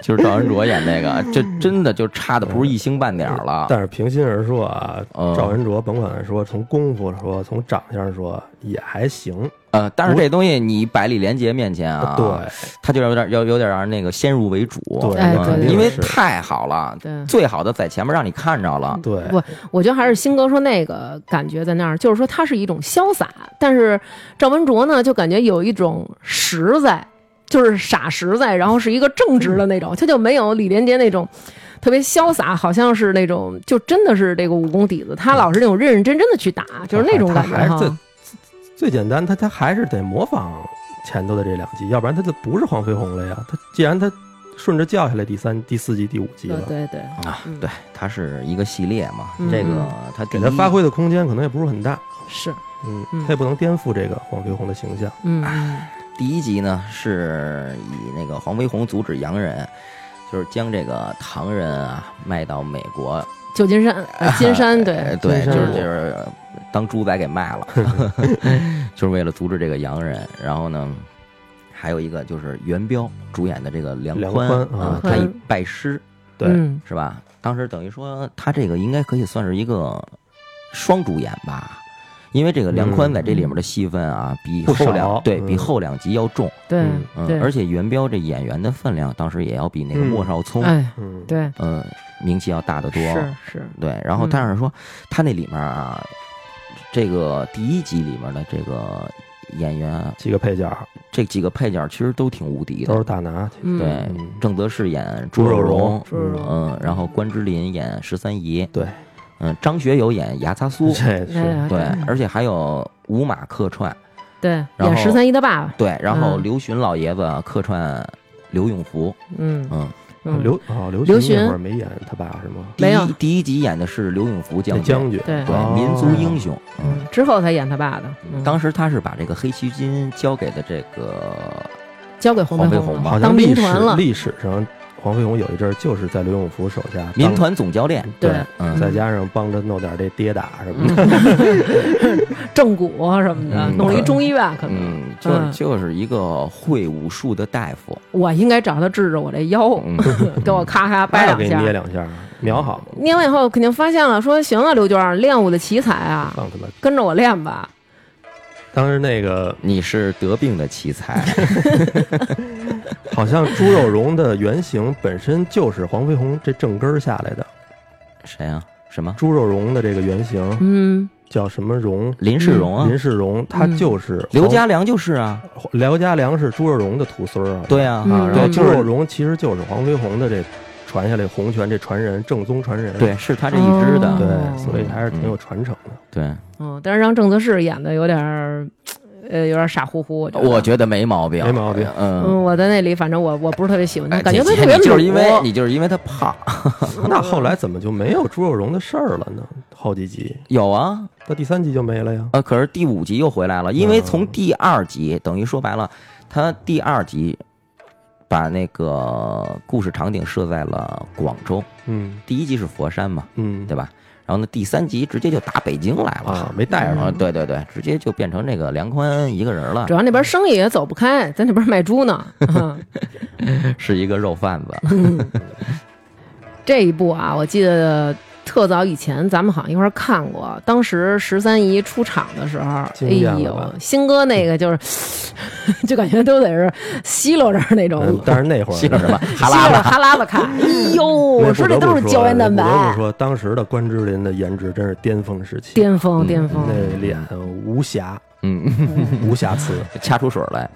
S2: 就是赵文卓演那个，这真的就差的不是一星半点儿了。
S3: 但是平心而说啊，
S2: 嗯
S3: 赵文卓甭管说从功夫说，从长相说也还行。
S2: 呃，但是这东西你摆李连杰面前啊，
S3: 呃对，
S2: 他就有点要有点让那个先入为主，
S3: 对
S1: 哎对
S2: 嗯
S1: 对对
S2: 因为
S3: 是
S2: 太好了，
S1: 对
S2: 最好的在前面让你看着了，
S3: 对，
S1: 不我觉得还是新哥说那个感觉在那儿，就是说他是一种潇洒，但是赵文卓呢，就感觉有一种实在，就是傻实在，然后是一个正直的那种，他就没有李连杰那种特别潇洒，好像是那种就真的是这个武功底子，他老是那种认认真真的去打，就是那种感觉
S3: 他还是
S2: 啊
S1: 哈。
S3: 最简单，他他还是得模仿前头的这两集，要不然他就不是黄飞鸿了呀。他既然他顺着叫下来第三、第四集、第五集
S1: 对
S3: 了，
S1: 对对，
S2: 啊
S1: 嗯，
S2: 对，它是一个系列嘛，
S1: 嗯
S2: 这个它
S3: 给他发挥的空间可能也不是很大。
S1: 是，
S3: 嗯
S1: 嗯，
S3: 他也不能颠覆这个黄飞鸿的形象。
S1: 嗯嗯。
S2: 第一集呢是以那个黄飞鸿阻止洋人，就是将这个唐人啊卖到美国，
S1: 旧金山，呃金山，对
S2: 呃，对，就
S3: 金山
S2: 是
S3: 路
S2: 就是当猪仔给卖了， (laughs) 就是为了阻止这个洋人。然后呢，还有一个就是元彪主演的这个梁
S3: 梁
S2: 宽
S3: 宽
S2: 啊
S3: 啊，
S2: 他以
S1: 嗯
S2: 拜师
S3: 对
S1: 嗯
S2: 是吧？当时等于说他这个应该可以算是一个双主演吧，因为这个梁宽
S3: 嗯
S2: 在这里面的戏份啊，比
S3: 不
S2: 后两
S3: 少
S2: 对比
S3: 嗯
S2: 后两集要重。
S1: 对
S3: 嗯
S2: 嗯，
S1: 对，
S2: 而且元彪这演员的分量当时也要比那个
S3: 嗯
S2: 莫少聪，
S1: 哎，
S3: 嗯，
S1: 对，
S2: 嗯，名气要大得多。
S1: 是是，
S2: 对，然后
S1: 嗯
S2: 但是说、他那里面啊，这个第一集里面的这个演员，啊
S3: 几个配角
S2: 这几个配角其实都挺无敌
S3: 都
S2: 的
S3: 是。大拿，
S1: 嗯，
S2: 对
S3: 嗯，
S2: 郑则仕演
S3: 朱
S2: 朱
S3: 若
S2: 若
S3: 荣
S2: 荣，
S1: 朱若荣
S2: 嗯，然后关之琳演十三姨，
S3: 对，
S2: 嗯，张学友演牙擦苏
S3: 这，是啊
S1: 哎
S2: 对，而且还有五马客串，
S1: 对，
S2: 然
S1: 演
S2: 后
S1: 十三姨的爸爸，
S2: 对，然后
S1: 嗯
S2: 刘巡老爷子客串刘永福，
S1: 嗯
S2: 嗯，
S1: 嗯，
S3: 刘啊刘
S1: 刘巡
S3: 巡那会儿没演他爸是吗？
S2: 第
S1: 没有
S2: 一第一集演的是刘永福
S3: 那
S2: 将军，
S3: 将军
S1: 嗯对
S2: 对，
S3: 哦
S2: 民族英雄，嗯，
S1: 嗯之后才演他爸的，嗯
S2: 当时他是把这个黑旗军交给了这个，
S1: 交给黄
S2: 黄
S1: 飞
S2: 飞
S1: 鸿
S2: 鸿吧
S3: 好像
S1: 当
S3: 历
S1: 兵
S3: 史
S1: 团了，
S3: 历史上黄飞鸿有一阵儿就是在刘永福手下当
S2: 民团总教练，
S1: 对，
S2: 嗯
S3: 再加上帮着弄点这跌打什么的，
S1: 嗯正骨什么的，
S2: 嗯
S1: 弄了一中医院，可能
S2: 嗯，就
S1: 嗯
S2: 就是一个会武术的大夫，
S1: 我应该找他治治我这腰，
S2: 嗯，
S1: 给我咔咔掰
S3: 掰
S1: 两
S3: 了给你
S1: 下，
S2: (laughs)
S3: 捏两下，瞄好，
S1: 捏完以后肯定发现了，说行啊，刘娟儿练武的奇才啊，
S2: 嗯
S3: 放他妈！
S1: 跟着我练吧。
S3: 当时那个
S2: 你是得病的
S1: (laughs)
S2: 奇才，
S3: 好像朱肉荣的原型本身就是黄飞鸿这正根儿下来的，
S2: 谁啊？什么？
S3: 朱肉荣的这个原型
S1: 嗯，
S3: 叫什么荣？
S2: 林世荣啊
S3: 林，世荣，他就是黄
S2: 刘家良就是啊，
S3: 刘家良是朱肉荣的徒孙儿啊。
S2: 对啊，
S1: 嗯
S2: 啊
S3: 啊，
S2: 然
S3: 然后
S2: 后
S1: 对
S3: 朱
S2: 就
S3: 肉
S2: 是
S3: 荣其实就是黄飞鸿的这传下来洪拳这传人，正宗传人。
S2: 对，是他这一支
S1: 哦
S2: 的，
S3: 对，所以还是挺有传承的。
S2: 对，
S1: 哦，但是让郑则仕演的有点儿，呃，有点傻乎乎。
S2: 我
S1: 得，
S2: 觉得没毛病，
S3: 没毛病
S2: 嗯。
S1: 嗯，我在那里，反正我我不是特别喜欢他，
S2: 哎
S1: 感觉
S2: 你
S1: 他特别
S2: 你就是因为
S1: 鲁
S2: 你就是因为他胖，嗯
S3: 那后来怎么就没有朱肉荣的事儿了呢？后几集
S2: 有啊，
S3: 到第三集就没了呀。
S2: 呃，可是第五集又回来了，因为
S3: 嗯
S2: 从第二集，等于说白了，他第二集把那个故事场景设在了广州，
S3: 嗯
S2: 第一集是佛山嘛，
S3: 嗯，
S2: 对吧？然后呢，第三集直接就打北京来了，
S3: 啊，没带上
S2: 啊，对对对，直接就变成那个梁宽一个人了
S1: 主，要那边生意也走不开，在那边卖猪
S2: (laughs)
S1: 呢。嗯
S2: 是一个肉贩子，
S1: 这一部啊，我记得特早以前咱们好像一块儿看过，当时十三姨出场的时候，
S3: 惊
S1: 哎
S3: 艳了吧
S1: 呦，新哥那个就是， (laughs) 就感觉都得是吸溜着那
S3: 嗯
S1: 种，，
S3: 但是那会儿
S2: 姓什么？哈
S1: 吸溜
S2: 喇
S1: 着
S2: 子，
S1: 哈喇子看，哎呦，我说这都是胶原蛋白啊
S3: 不，得不说，当时的关之琳的颜值真是巅峰时期，
S1: 巅峰
S2: 嗯
S1: 巅峰。
S3: 那脸无瑕，
S2: 嗯，
S3: 无瑕疵，
S2: 掐出水来。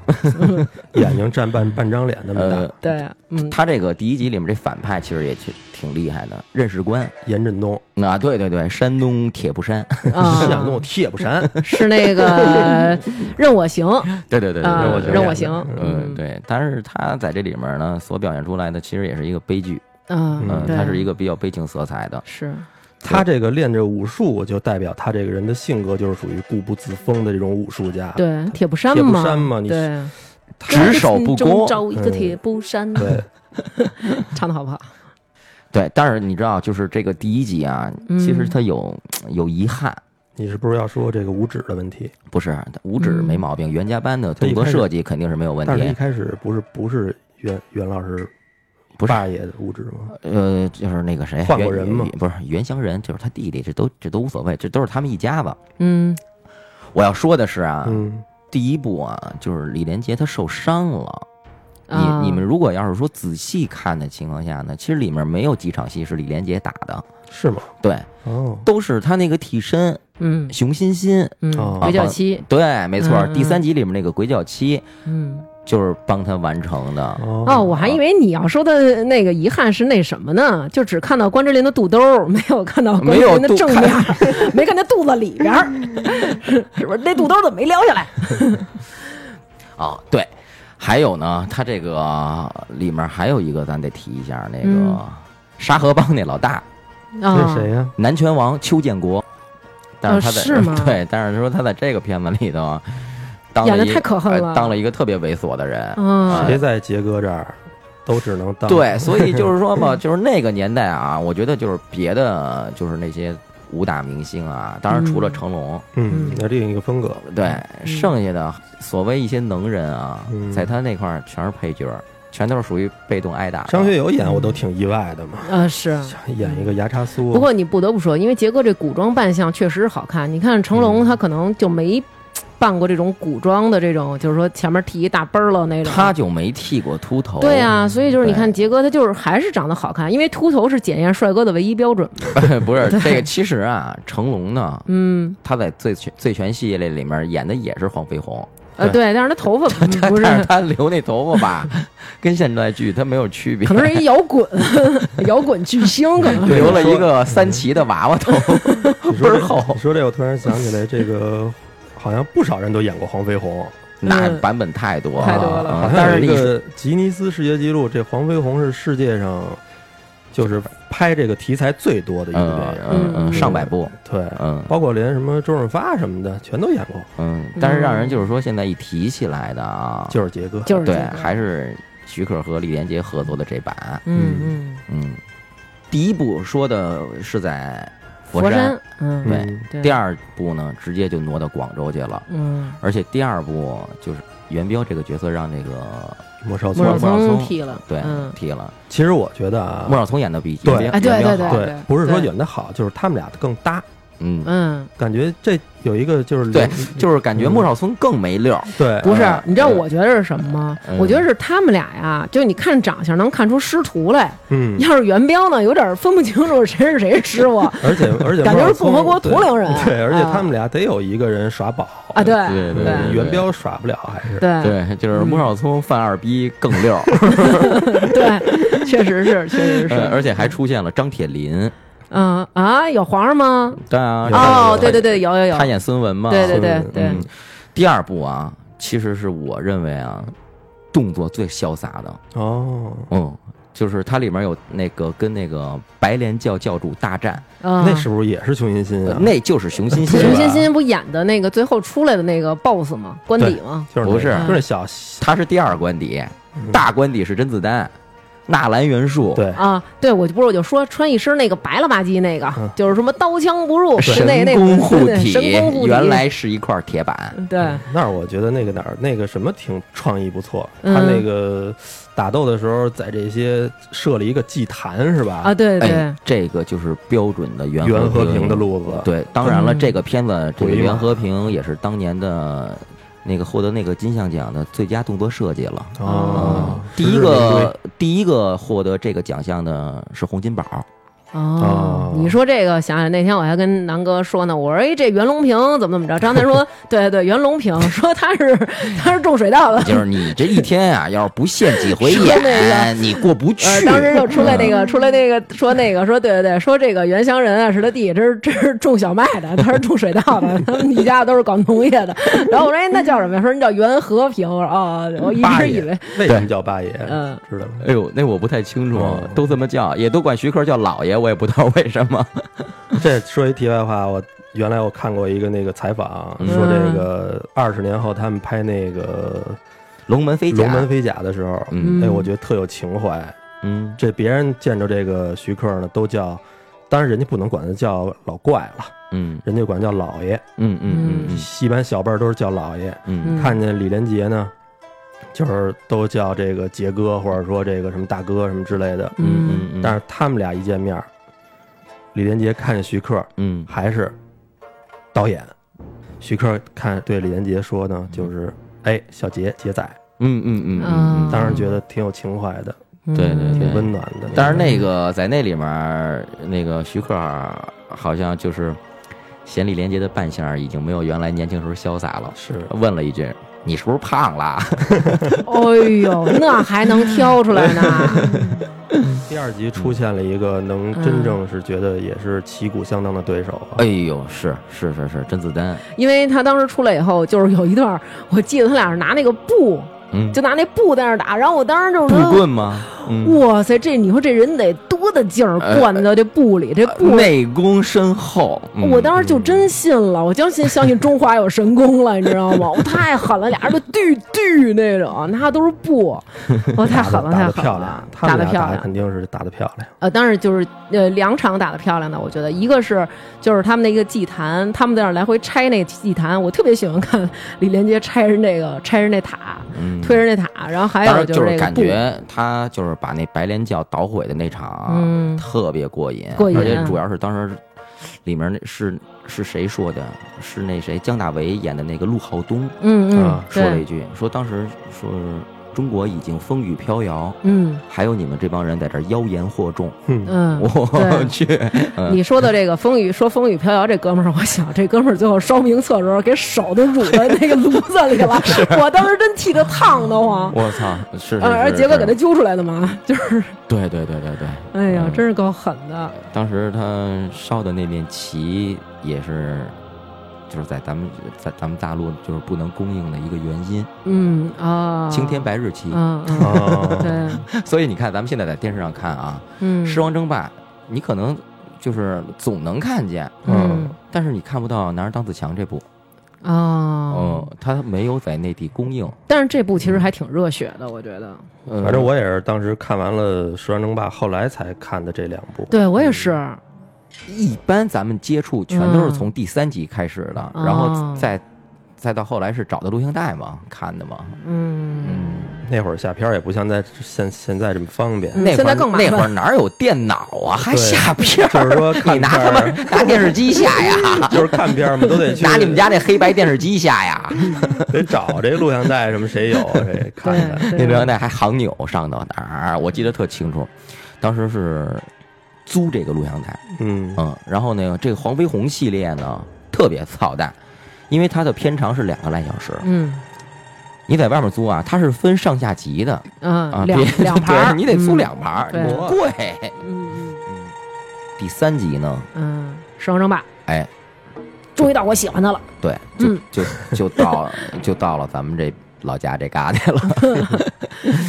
S3: 眼睛占半半张脸那么
S2: 呃
S3: 大。，
S1: 对，
S3: (laughs)
S1: 嗯，
S2: 他这个第一集里面这反派其实也挺挺厉害的，任世官。
S3: 严振东，
S2: 啊，对对对，山 (laughs) 东铁布衫，
S3: 想弄
S1: 啊，
S3: 铁
S2: (laughs)
S3: 不闪，
S1: 是那
S3: (laughs)
S1: 个任我行
S2: 对对对对，
S1: 啊
S3: 任我行，
S1: 任我行
S2: 嗯，对，但是他在这里面呢，所表现出来的其实也是一个悲剧，
S1: 啊
S3: 嗯，
S2: 嗯，
S1: 对
S2: 它是一个比较悲情色彩的，
S1: 是
S3: 他这个练着武术，就代表他这个人的性格就是属于固步自封的这种武术家。
S1: 对铁布衫
S3: 铁布
S1: 嘛，
S3: 衫嘛你
S1: 对，
S2: 只手不
S1: 中
S2: 攻，
S1: 招一个
S3: 嗯
S1: 铁布衫，
S3: 对，
S1: 唱的好不好？
S2: 对。但是你知道，就是这个第一集啊，
S1: 嗯
S2: 其实它有有遗憾，
S3: 你是不是要说这个五指的问题？
S2: 不是五指
S3: 嗯
S2: 没毛病，袁家班的动作设计肯定是没有问
S3: 但是一
S2: 题，
S3: 开始不是不是袁袁老师
S2: 不是
S3: 大爷的五指吗？
S2: 呃，就是那个谁，
S3: 换过人吗
S2: 袁不是袁湘人，就是他弟弟，这都这都无所谓，这都是他们一家子。
S1: 嗯，
S2: 我要说的是啊，
S3: 嗯，
S2: 第一部啊，就是李连杰他受伤了。
S1: 啊
S2: 你你们如果要是说仔细看的情况下呢，其实里面没有几场戏是李连杰打的，
S3: 是吗？
S2: 对，
S3: 哦，
S2: 都是他那个替身
S1: 嗯
S2: 熊欣欣。
S1: 嗯，
S3: 哦
S1: 鬼脚七，
S2: 对，没错，
S1: 嗯嗯
S2: 第三集里面那个鬼脚七
S1: 嗯
S2: 就是帮他完成的。
S1: 哦，
S3: 哦，
S1: 我还以为你要说的那个遗憾是那什么呢？就只看到关之琳的肚兜儿，没有看到关之琳的正面儿，没看见肚子里边儿， (laughs) 是不是？那肚兜儿怎么没撩下来？
S2: 啊，对，还有呢，他这个呃里面还有一个咱得提一下，那个
S1: 嗯
S2: 沙河帮那老大
S3: 这
S1: 啊
S3: 是，谁呀？
S2: 南拳王邱建国，但是他在、
S1: 哦是吗
S2: (laughs) 对，但是说他在这个片子里头啊当
S1: 演
S2: 了
S1: 得
S2: 一
S1: 太可恨
S2: 呃
S1: 了
S2: 当了一个特别猥琐的人。
S1: 嗯
S3: 谁在杰哥这儿都只能当
S2: 对，所以就是说
S3: (laughs)
S2: 嘛，就是那个年代啊，我觉得就是别的就是那些武打明星啊，当然除了成龙，
S3: 嗯
S1: 嗯，
S3: 那另一个风格，
S2: 对，剩下的所谓一些能人啊，
S3: 嗯
S2: 在他那块儿全是配角儿，全都是属于被动挨打的。
S3: 张学友演我都挺意外的嘛，
S1: 啊是。
S3: 演一个牙叉苏，
S1: 不过你不得不说，因为杰哥这古装扮相确实好看。你看成龙，他可能就没办过这种古装的这种，就是说前面剃一大奔儿了那种。
S2: 他就没剃过秃头。
S1: 对啊，所以就是你
S2: 对
S1: 看杰哥，他就是还是长得好看，因为秃头是检验帅哥的唯一标准。
S2: (laughs) 不是这个，其实啊，成龙呢，
S1: 嗯，
S2: 他在醉拳醉拳系列里面演的也是黄飞鸿，
S1: 呃，对，但是他头发
S2: (laughs)
S1: 不是，
S2: 但是他留那头发吧，跟现在剧他没有区别
S1: 可，能是一摇滚 (laughs) 摇滚巨星，可
S2: (laughs)
S1: 能。
S2: 留了一个三旗的娃娃头，
S3: 你
S2: 倍
S3: 说
S2: 儿
S3: 这，
S2: 厚
S3: 你。说这，我突然想起来，这个好像不少人都演过黄飞鸿，啊
S2: 那
S1: 嗯
S2: 版本太多
S1: (laughs) 太多了
S2: 嗯
S3: 好
S2: 但
S3: 像
S2: 是
S3: 有一
S2: 你说
S3: 个吉尼斯世界纪录，这黄飞鸿是世界上就是拍这个题材最多的一个
S2: 嗯
S3: 电影，
S2: 嗯嗯
S1: 嗯
S2: 上百部，
S3: 对，
S2: 嗯
S3: 包括连什么周润发什么的全都演过，
S2: 嗯，但是让人就是说现在一提起来的啊，
S3: 就是杰哥，
S1: 就是
S2: 对
S1: 这，个
S2: 还是许可和李连杰合作的这版，
S1: 嗯嗯，
S2: 嗯，第一部说的是在佛
S1: 佛山，嗯
S2: 对
S3: 嗯
S1: 对，
S2: 第二部呢直接就挪到广州去了，
S1: 嗯，
S2: 而且第二部就是袁彪这个角色让这个
S3: 莫少
S1: 莫
S3: 聪
S1: 少。
S2: 莫少
S1: 聪
S2: 聪
S1: 剃了，
S2: 对
S1: 嗯，
S2: 踢了，
S3: 其实我觉得啊
S2: 莫，少聪演的比
S3: 对
S2: 袁
S1: 哎
S2: 彪
S1: 对
S2: 袁彪
S1: 对
S2: 好，
S3: 对，不是说演的好，就是他们俩更搭，
S2: 嗯，
S1: 嗯，
S3: 感觉这有一个就是
S2: 对
S3: 连，
S2: 就是感觉莫少聪更没溜儿，
S3: 对
S1: 不是
S2: 呃，
S1: 你知道
S2: 对
S1: 我觉得是什么吗？
S2: 嗯
S1: 我觉得是他们俩呀，就你看长相能看出师徒来，
S2: (laughs)
S3: 嗯，
S1: 要是元彪呢，有点分不清楚谁是谁是师傅
S3: 而且而且
S1: 感觉
S3: 莫少
S1: 是共和
S3: 聪
S1: 国同龄人
S3: 对对，而且
S1: 啊
S3: 他们俩得有一个人耍宝
S1: 啊，对
S2: 对对
S1: 对
S3: 嗯元彪耍不了还是。
S1: 对
S2: 对，就是莫少聪犯二逼更溜
S1: (laughs)
S2: 儿，
S1: 对，确实是，确实
S2: 呃
S1: 是，
S2: 而且还出现了张铁林，
S1: 嗯啊，有皇上吗？
S2: 对啊，
S1: 哦，
S2: 他
S1: 对对对，有有有
S2: 他，演孙文嘛，
S1: 对对对
S3: 嗯
S1: 对
S2: 嗯，第二部啊，其实是我认为啊，动作最潇洒的，
S3: 哦，
S2: 嗯，就是它里面有那个跟那个白莲教教主大战，
S1: 嗯，
S3: 那是不是也是熊欣欣
S2: 呃
S3: 啊？
S2: 那就是熊欣欣
S1: 熊
S2: 了，
S1: 欣欣不演的那个最后出来的那个 BOSS 吗？官邸吗？
S3: 就是
S2: 不是
S3: 那就是小
S2: 他是第二官邸，大官邸是甄子丹，纳兰元术，
S3: 对
S1: 啊，嗯对，我就不是我就说穿一身那个白了吧唧那个，
S3: 嗯
S1: 就是什么刀枪不入，
S2: 神
S1: 那那
S2: 功护
S1: 对
S2: 体
S1: 神功护体，
S2: 原来嗯是一块铁板，
S1: 对，
S3: 嗯那儿我觉得那个哪儿那个什么挺创意不错，
S1: 嗯
S3: 他那个打斗的时候在这些设了一个祭坛是吧？
S1: 啊，对对
S2: 哎，，这个就是标准的袁
S3: 袁和平
S2: 平
S3: 的。路子，
S2: 对，当然了，
S1: 嗯
S2: 这个片子这个
S3: 鬼马
S2: 袁和平也是当年的那个获得那个金像奖的最佳动作设计了。
S3: 哦，
S2: 第一个第一个获得这个奖项的是洪金宝，
S1: 哦
S3: 哦，
S1: 你说这个，想想那天我还跟南哥说呢，我说哎，这袁隆平怎么怎么着？张楠说， (laughs) 对对对，袁隆平 (laughs) 说他是他是种水稻的，
S2: 就是你这一天啊，要是不现几回
S1: 说那
S2: 眼，你过不去
S1: 呃，。当时就出来那个，出来那个说那个说，对对对，说这个原乡人啊是他弟，这是这是种小麦的，他是种水稻的，他们一家都是搞农业的。然后我说，哎，那叫什么呀？说你叫袁和平。我说哦，我一
S3: 八
S1: 直
S3: 爷
S1: 以为
S3: 为什么叫八爷？
S1: 嗯
S3: 知道吗？
S2: 哎呦，那我不太清楚
S3: 哦，
S2: 都这么叫，也都管徐克叫老爷，我也不知道为什么。 (laughs)
S3: 这说一题外话，我原来我看过一个那个采访，
S2: 嗯
S3: 说这个二十年后他们拍那个
S2: 龙门飞
S3: 《
S2: 甲，
S3: 龙门飞甲》的时候，
S2: 嗯
S3: 哎，我觉得特有情怀。
S2: 嗯，
S3: 这别人见着这个徐克呢，都叫，当然人家不能管他叫老怪了，
S2: 嗯
S3: 人家管他叫老爷。
S2: 嗯嗯嗯嗯
S3: 一般小辈儿都是叫老爷，
S2: 嗯
S3: 看见李连杰呢，就是都叫这个杰哥，或者说这个什么大哥什么之类的。
S2: 嗯嗯嗯，
S3: 但是他们俩一见面儿，李连杰看见徐克，
S2: 嗯
S3: 还是导演。徐克看对李连杰
S1: 嗯
S3: 说呢，就是哎，小杰杰仔，
S2: 嗯嗯嗯嗯，
S3: 当然觉得挺有情怀的，
S1: 嗯
S2: 对对对
S3: 挺温暖的。
S2: 但是那个在那里面儿，那个徐克儿好像就是嫌李连杰的扮相儿已经没有原来年轻时候潇洒了，
S3: 是
S1: 嗯
S2: 问了一句：“你是不是胖了
S1: 哎呦，那还能挑出来呢？ (laughs)
S3: 第二集出现了一个能
S1: 嗯
S3: 真正是觉得也是旗鼓相当的对手、？”啊
S2: 哎，呦，是是是是，甄子丹，
S1: 因为他当时出来以后，就是有一段儿，我记得他俩是拿那个布，
S2: 嗯，
S1: 就拿那布在那儿打，然后我当时就
S2: 布
S1: 说。
S2: 棍吗？嗯，
S1: 哇塞，这你说这人得多大劲儿
S3: 哎
S2: 呃
S1: 灌到这布里，
S3: 呃
S1: 这布
S2: 内功深厚。嗯
S1: 我当时就真信了，我将信相信中华有神功了，你知道吗？我太狠了，俩人就对对那种，那都是布，我太
S3: 打
S1: 狠了，
S3: 的打
S1: 太
S3: 的
S1: 狠
S3: 漂
S1: 了
S3: 亮，，他
S1: 打
S3: 们
S1: 得
S3: 俩
S1: 漂
S3: 打的
S1: 亮
S3: 肯。定是打的漂亮。
S1: 呃，当然就是呃两场打得漂亮的，我觉得一个是就是他们那个祭坛，他们在那儿来回拆那祭坛，我特别喜欢看李连杰拆人那个拆人那塔，
S2: 嗯
S1: 推人那塔，然后还
S2: 当
S1: 有
S2: 然就
S1: 那
S2: 是
S1: 个
S2: 感
S1: 布，
S2: 觉他就是把那白莲教捣毁的那场啊，
S1: 嗯
S2: 特别过瘾，
S1: 过瘾
S2: 而且主要是当时里面那是是谁说的？是那谁姜大为演的那个陆浩东
S1: 嗯嗯
S3: 啊，
S2: 说了一
S1: 对，
S2: 句，说当时说中国已经风雨飘摇，
S1: 嗯
S2: 还有你们这帮人在这儿妖言惑众，
S3: 嗯，
S1: 嗯，
S2: (laughs) 我
S1: 对。
S2: 去，嗯
S1: 你说的这个风雨说风雨飘摇这哥们儿，我想 (laughs) 这哥们儿最后烧名册的时候，给手都乳在那个炉子里
S2: (laughs)
S1: 了。我当时真替他烫得慌，
S2: 我操，是是
S1: 呃，而
S2: 是
S1: 结果
S2: 是
S1: 给他揪出来的嘛，就是，
S2: 对对对对对，
S1: 哎呀，
S2: 嗯
S1: 真是够狠的。
S2: 当时他烧的那面旗也是，就是在咱们在咱们大陆就是不能供应的一个原因，
S1: 嗯啊，
S2: 青天白日啊旗。
S1: 嗯嗯，
S3: (laughs) 哦，
S1: 对，
S2: 所以你看，咱们现在在电视上看啊，
S1: 嗯，
S2: 狮王争霸》，你可能就是总能看见，
S1: 嗯
S2: 但是你看不到《男儿当自强》这部，
S1: 哦，
S2: 嗯，他没有在内地供应。
S1: 但是这部其实还挺热血的，我觉得。
S2: 呃
S3: 反正我也是当时看完了《十万争霸》，后来才看的这两部。
S1: 对我也是，
S3: 嗯
S2: 一般咱们接触全都是从第三集开始的，
S1: 嗯
S2: 然
S1: 哦
S2: 后再再到后来是找的录像带嘛看的嘛，
S1: 嗯，
S2: 嗯。
S3: 那会儿下片儿也不像在现现在这么方便，
S1: 嗯
S2: 那会儿
S1: 现在更麻烦
S2: 那会儿哪有电脑
S3: (laughs)
S2: 啊，还下片儿？
S3: 就是
S1: (laughs)
S3: 说
S2: 你
S3: 看
S2: 拿
S3: 片
S2: 他妈
S3: 儿
S2: 拿电视机下呀，
S3: (laughs) 就是看片儿嘛，
S1: (laughs)
S3: 都得去
S2: 拿你们家那黑白电视机下呀。
S3: 得找这录像带什么谁有谁看看。
S1: 对，
S2: (laughs) 那
S1: 对
S2: 录像带还航钮上到哪儿？我记得特清楚，当时是租这个录像带，
S3: 嗯，
S2: 嗯，然后呢，这个黄飞鸿系列呢特别操蛋，因为它的片长是两个来小时，
S1: 嗯
S2: 你在外面租啊，它是分上下集的啊，
S1: 嗯，
S2: (laughs) 别
S1: 两两盘儿，
S2: 对你得租
S1: 嗯，
S2: 两盘儿，
S1: 对
S2: 你贵。
S1: 嗯
S2: 嗯第三集呢，
S1: 嗯嗯，狮王争霸，
S2: 哎，
S1: 终于到我喜欢的了，
S2: 对，就、
S1: 嗯
S2: 就就到 (laughs) 就到了咱们这老家这旮
S1: (laughs)
S2: 瘩了，
S3: 嗯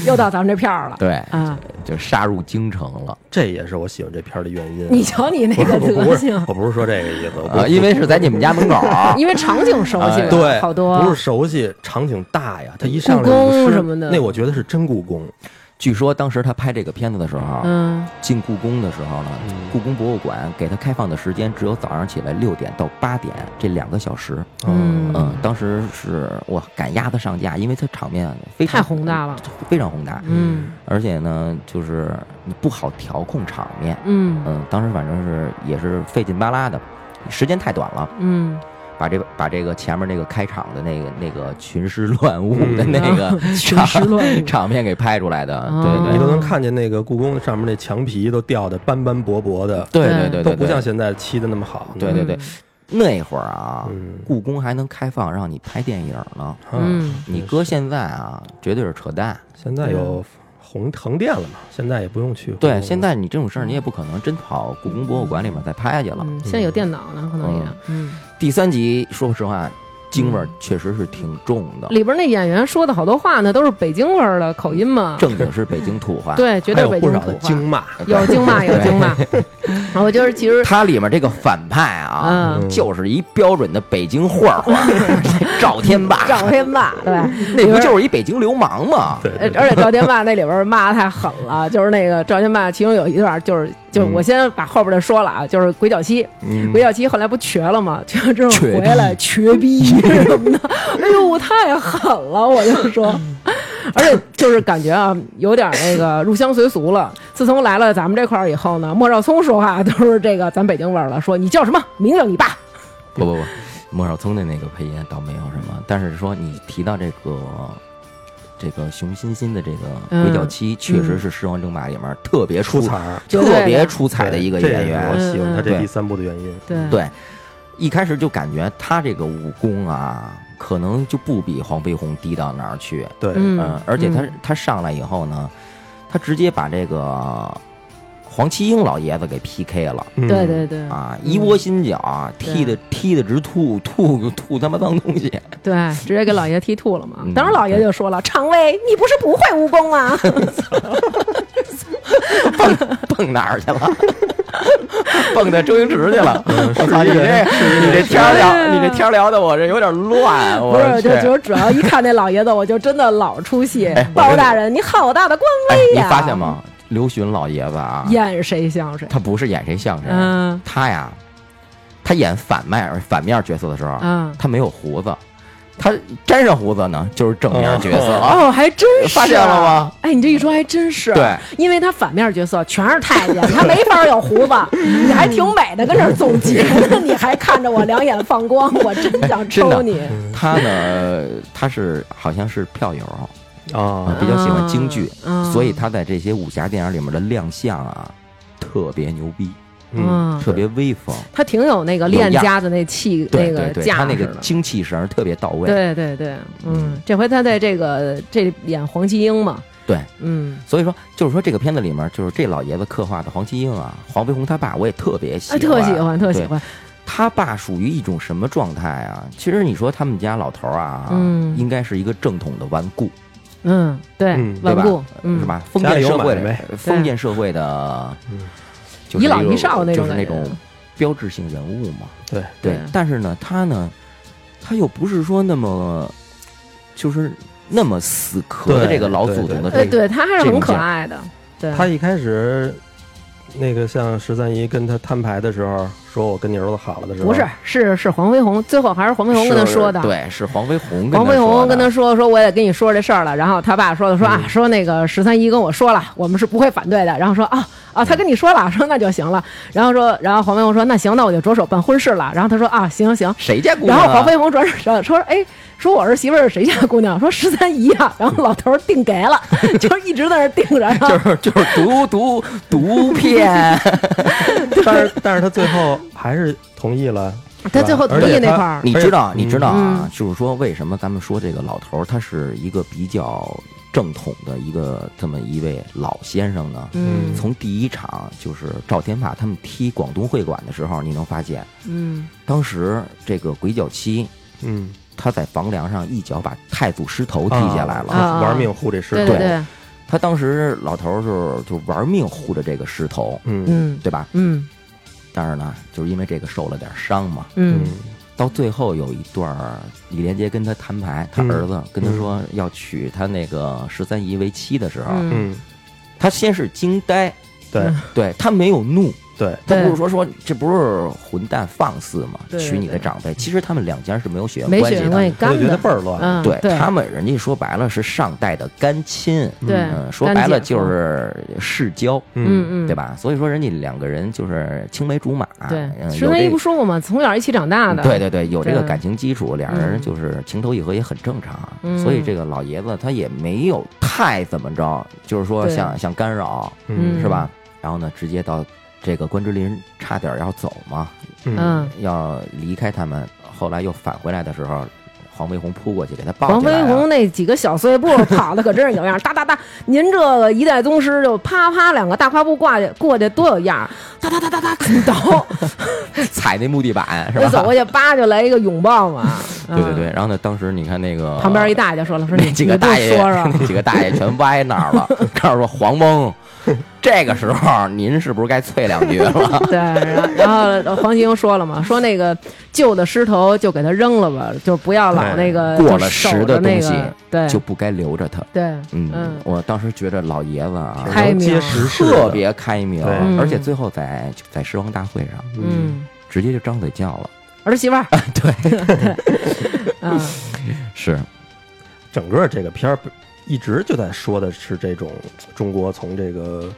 S1: 又到咱们这片儿了，
S2: 对，
S1: 啊，
S2: 就杀入京城了
S3: 这也是我喜欢这片儿的原因。啊
S1: 你瞧你那
S3: 不是
S1: 个
S3: 我不
S1: 德
S3: 是
S1: 行，
S3: 我不是说这个意思，我不
S2: 啊，因为是在你们家门口儿，
S1: (laughs) 因为场景熟悉了，
S2: 哎
S3: 对
S1: 好多，
S3: 不是熟悉场景大呀，他一上来
S1: 故宫
S3: 舞狮
S1: 什么的
S3: 那我觉得是真故宫。
S2: 据说当时他拍这个片子的时候，
S1: 嗯，
S2: 进故宫的时候呢，故宫博物馆给他开放的时间只有早上起来六点到八点这两个小时。
S1: 嗯
S2: 嗯，当时是我赶鸭子上架，因为它场面非
S1: 太
S2: 常
S1: 宏大了，
S2: 非常宏大，
S1: 嗯
S2: 而且呢，就是你不好调控场面。
S1: 嗯
S2: 嗯，当时反正是也是费劲巴拉的，时间太短了，
S1: 嗯，
S2: 把这把这个前面那个开场的那个那个群尸乱舞的那个
S1: 群尸
S2: 场
S1: 乱舞，
S2: 场面给拍出来的，
S1: 哦
S2: 对
S3: 你
S2: 对
S3: 都能看见那个故宫上面那墙皮都掉的斑斑驳驳的，
S2: 对对对，
S3: 都不像
S2: 现
S3: 现在漆的那么好。
S2: 对对对那会儿啊，
S3: 嗯
S2: 故宫还能开放让你拍电影呢。
S3: 嗯，
S1: 嗯
S2: 你搁现在啊，绝对是扯淡。
S3: 现在有横横店了嘛，现在也不用去。
S2: 对，现在你这种事儿，你也不可能真跑故宫博物馆里面再拍去了。
S1: 嗯，现在有电脑呢，可能也，嗯，
S2: 第三集，说实话，京味儿确实是挺重的，
S1: 里边那演员说的好多话呢，都是北京味儿的口音嘛，
S2: 正经是北京土话。 (laughs)
S1: 对，绝
S3: 还
S1: 对
S3: 有
S1: 北
S3: 不
S1: 京
S3: 少
S1: 土
S3: 的
S1: 话
S3: 京，骂，
S1: 有京骂有京骂， (laughs) 我觉得其
S3: (laughs)
S1: 实，
S2: 它里面这个反派啊，
S1: 嗯，
S2: 就是一标准的北京画画，
S1: (laughs)
S2: 赵天霸，
S1: 赵天霸对，
S2: 那不就是一北京流氓吗？
S3: 对，
S1: 呃而且赵天霸那里边骂的太狠了，就是那个赵天霸，其中有一段就是就是我先把后边的说了啊，就是鬼脚七，
S2: 嗯
S1: 鬼脚七后来不瘸了吗？瘸了之后
S2: 瘸
S1: 回
S2: 逼
S1: 来瘸
S2: (laughs)
S1: 逼什么的，哎呦，我太狠了，我就说。
S2: 嗯
S1: 而且就是感觉啊，有点那个入乡随俗了。自从来了咱们这块儿以后呢，莫少聪说话都是这个咱北京味儿了，说你叫什么，名叫你爸。
S2: 不不不，莫少聪的那个配音倒没有什么，但是说你提到这个这个熊欣欣的这个
S1: 嗯
S2: 鬼脚七，确实是《狮王争霸》里面特别出
S3: 出彩
S2: 彩、
S3: 儿，
S1: 绝
S2: 特
S1: 对
S2: 别
S1: 的
S2: 出彩的一个
S3: 对这
S2: 演
S3: 也是
S2: 员。
S3: 我喜欢他
S2: 嗯
S3: 这
S2: 嗯
S3: 第三部的原因。
S1: 对
S2: 对，一开始就感觉他这个武功啊，可能就不比黄飞鸿低到哪儿去。
S3: 对，
S1: 嗯
S2: 嗯，而且他
S1: 嗯
S2: 他上来以后呢，他直接把这个黄七英老爷子给 PK 了。
S3: 嗯
S1: 对对对
S2: 啊，一窝心脚啊，踢的踢的直吐，吐吐他妈脏东
S3: (laughs)
S2: 西。
S1: 对，直接给老爷踢吐了嘛。
S2: 嗯
S1: 当时老爷就说了：“常威，你不是不会武功吗？
S2: 蹦哪儿去了？ (laughs) 蹦到周星驰去了！
S3: 嗯
S2: 我操，
S3: 是
S2: 你
S3: 一
S2: 这你这
S3: 个人啊
S2: 天儿
S1: 是
S2: 聊，你这天儿聊的我这有点乱，
S1: 不
S2: 我
S1: 是，我就
S2: 去
S1: 觉得主要一看那老爷子，我就真的老出戏
S2: 哎。我
S1: 包
S2: 跟你
S1: 大人，你好大的官
S2: 哎，
S1: 威
S2: 你
S1: 呀！
S2: 发现？吗？啊刘巡老爷子啊，
S1: 演谁像谁？
S2: 他不是演谁像谁，
S1: 嗯
S2: 他呀，他演反面反面角色的时候，
S1: 嗯
S2: 他没有胡子，他粘上胡子呢，就是正面角色啊，
S1: 哦，还真是
S2: 发现了吗？
S1: 哎，你这一说还真是，
S2: 对，
S1: 因为他反面角色全是太
S2: (laughs)
S1: 监，他没法有胡子，你还挺美的，跟这儿总结呢，你还看着我两眼放光，我真想
S2: 真
S1: 抽
S2: 的
S1: 你。
S2: 他呢，他是好像是票友啊，
S3: 啊，
S2: 比较喜欢京剧，
S1: 嗯
S2: 所以他在这些武侠电影里面的亮相啊，特别牛逼，
S3: 嗯，
S1: 嗯
S2: 特别威风。
S1: 他挺有那个
S2: 有样
S1: 练家子那气，
S2: 对
S1: 个
S2: 对对，他
S1: 架
S2: 那
S1: 势
S2: 个
S1: 的。
S2: 精气神儿特别到位。
S1: 对对对，嗯
S2: 嗯，
S1: 这回他在这个这演黄七英嘛，
S2: 对
S1: 嗯，
S2: 所以说，就是说这个片子里面，就是这老爷子刻画的黄七英啊，黄飞鸿他爸，我也特别喜
S1: 啊，
S2: 欢，
S1: 特喜欢，特喜
S2: 对。
S1: 欢，
S2: 他爸属于一种什么状态啊？其实你说他们家老头儿啊，
S1: 嗯
S2: 应该是一个正统的纨绔，
S1: 嗯，对
S3: 嗯，
S1: 稳
S2: 对吧呃
S1: 固，嗯，
S2: 是？吧？封
S3: 家
S2: 建
S3: 里有
S2: 社会
S3: 买
S2: 的，封建社会的，就是
S1: 一老
S2: 个
S1: 一少那
S2: 就
S1: 种
S2: 是那
S1: 感
S2: 种
S1: 觉，
S2: 标志性人物嘛。
S3: 对
S2: 对
S1: 对，
S2: 但是呢，他呢，他又不是说那么，就是那么死磕的
S3: 对
S2: 这个老祖宗的
S1: 呃，
S2: 这个，
S1: 对他还是
S2: 这
S1: 很
S2: 种
S1: 可
S2: 劲儿
S1: 爱的，对，
S3: 他一开始那个像十三姨跟他摊牌的时候，说我跟你儿子好了的时候，
S1: 不是，是是黄飞鸿，最后还是黄飞鸿跟他
S2: 是
S1: 说的。
S2: 对，是黄飞鸿跟他
S1: 黄飞
S2: 说
S1: 鸿
S2: 的
S1: 跟他说说，我也跟你说这事儿了。然后他爸说的说
S2: 嗯
S1: 啊，说那个十三姨跟我说了，我们是不会反对的。然后说啊啊，
S2: 嗯
S1: 他跟你说了，说那就行了。然后说，然后黄飞鸿说那行，那我就着手办婚事了。然后他说啊，行行。
S2: 谁家姑
S1: 然
S2: 娘啊？
S1: 后黄飞鸿转手说哎，说我儿媳妇儿是谁家姑娘？说十三姨
S2: (laughs)
S1: 啊。然后老头儿定给了， (laughs) 就是一直在那儿定着。啊然后
S2: 就是就是毒毒毒片，
S3: 但是 (laughs) 但是他最后还是同意了，
S1: 他最后
S3: 而
S1: 同
S3: 且
S1: 意那
S3: 他
S1: 块儿，
S2: 你知道，你知道啊
S1: 嗯，
S2: 就是说为什么咱们说这个老头儿他是一个比较正统的一个这么一位老先生呢？
S1: 嗯
S2: 从第一场就是赵天霸他们踢广东会馆的时候，你能发现，
S1: 嗯
S2: 当时这个鬼脚七
S3: 嗯，
S2: 他在房梁上一脚把太祖狮头踢下来了。
S1: 啊啊
S3: 玩命护这狮
S1: 对
S3: 头，
S1: 对，
S2: 他当时老头儿是就玩命护着这个狮头，
S3: 嗯
S1: 嗯
S2: 对吧？
S1: 嗯
S2: 但是呢，就是因为这个受了点伤嘛。
S1: 嗯。
S2: 到最后有一段儿，李连杰跟他摊牌，他
S3: 嗯
S2: 儿子跟他说要娶他那个十三姨为妻的时候，
S1: 嗯
S3: 嗯，
S2: 他先是惊呆，
S3: 对
S2: 对他没有怒，
S3: 对，
S2: 他
S1: 对
S2: 不是说说这不是混蛋放肆吗？
S1: 对
S2: 娶你的长辈，其实他们两家是没有血缘
S1: 没
S2: 关
S1: 血
S2: 系
S1: 缘
S2: 的，
S1: 关系
S3: 我
S1: 干
S3: 就觉得
S1: 的，
S3: 倍儿乱，
S1: 嗯，
S2: 对
S1: 对
S2: 他们，人家说白了是上代的干亲，
S1: 对
S2: 嗯，说
S1: 干
S2: 白了
S1: 姐
S2: 就
S1: 夫
S2: 是世交，
S3: 嗯
S1: 嗯嗯，
S2: 对？吧？所以说人家两个人就是青梅竹马，
S1: 对，
S2: 嗯
S1: 十
S2: 有
S1: 三姨
S2: 这
S1: 不说过吗？从小一起长大的，
S2: 对对对，有这个
S1: 对
S2: 感情基础，俩人
S1: 嗯
S2: 就是情投意合也很正常啊。
S1: 嗯
S2: 所以这个老爷子他也没有太怎么着，就是说
S1: 对
S2: 想想干扰
S1: 嗯
S2: 是吧？然后呢，直接到这个关之琳差点要走嘛，
S3: 嗯
S1: 嗯，
S2: 要离开他们，后来又返回来的时候，黄飞鸿扑过去给他抱
S1: 黄
S2: 起来啊
S1: 飞
S2: 了。
S1: 鸿那几个小碎
S2: (laughs)
S1: 步跑的可真是有样儿，哒哒哒，您这个一代宗师就啪啪两个大跨步挂去过去多有样儿，哒哒哒哒哒，紧倒，
S2: 踩那木地
S1: (laughs)
S2: 板是
S1: 一走
S2: 吧？
S1: 过去叭就来一个拥抱嘛，
S2: (laughs) 对对对，
S1: 嗯，
S2: 然后呢，当时你看那个
S1: 旁边一。大爷就说
S2: (laughs)
S1: 了，说
S2: 那
S1: 你
S2: 几
S1: 你
S2: 个
S1: 不
S2: 大爷，
S1: 说说，
S2: (laughs) 那几个大爷全歪那
S1: (laughs)
S2: 儿了，告诉说黄蒙，这个时候您是不是该啐两句了？
S1: 对，然后然后黄奇英说了嘛，说那个旧的狮头就给它扔了吧，就不要老那个
S2: 哎过
S1: 就
S2: 了
S1: 守
S2: 时
S1: 着
S2: 的
S1: 那
S2: 东
S1: 个
S2: 西
S1: 对，
S2: 就不该留着他。
S1: 对，
S2: 嗯，
S1: 嗯
S2: 我当时觉着老爷子
S3: 嗯
S2: 啊，
S1: 开明
S3: 结实是
S2: 特别开明
S3: 对，
S1: 嗯
S2: 而且最后在在狮王大会上
S1: 嗯，
S2: 直接就张嘴叫了。
S1: 儿媳妇儿，
S2: 啊对，
S1: (laughs) 嗯，
S2: 是
S3: 整个这个片儿一直就在说的是这种中国从这个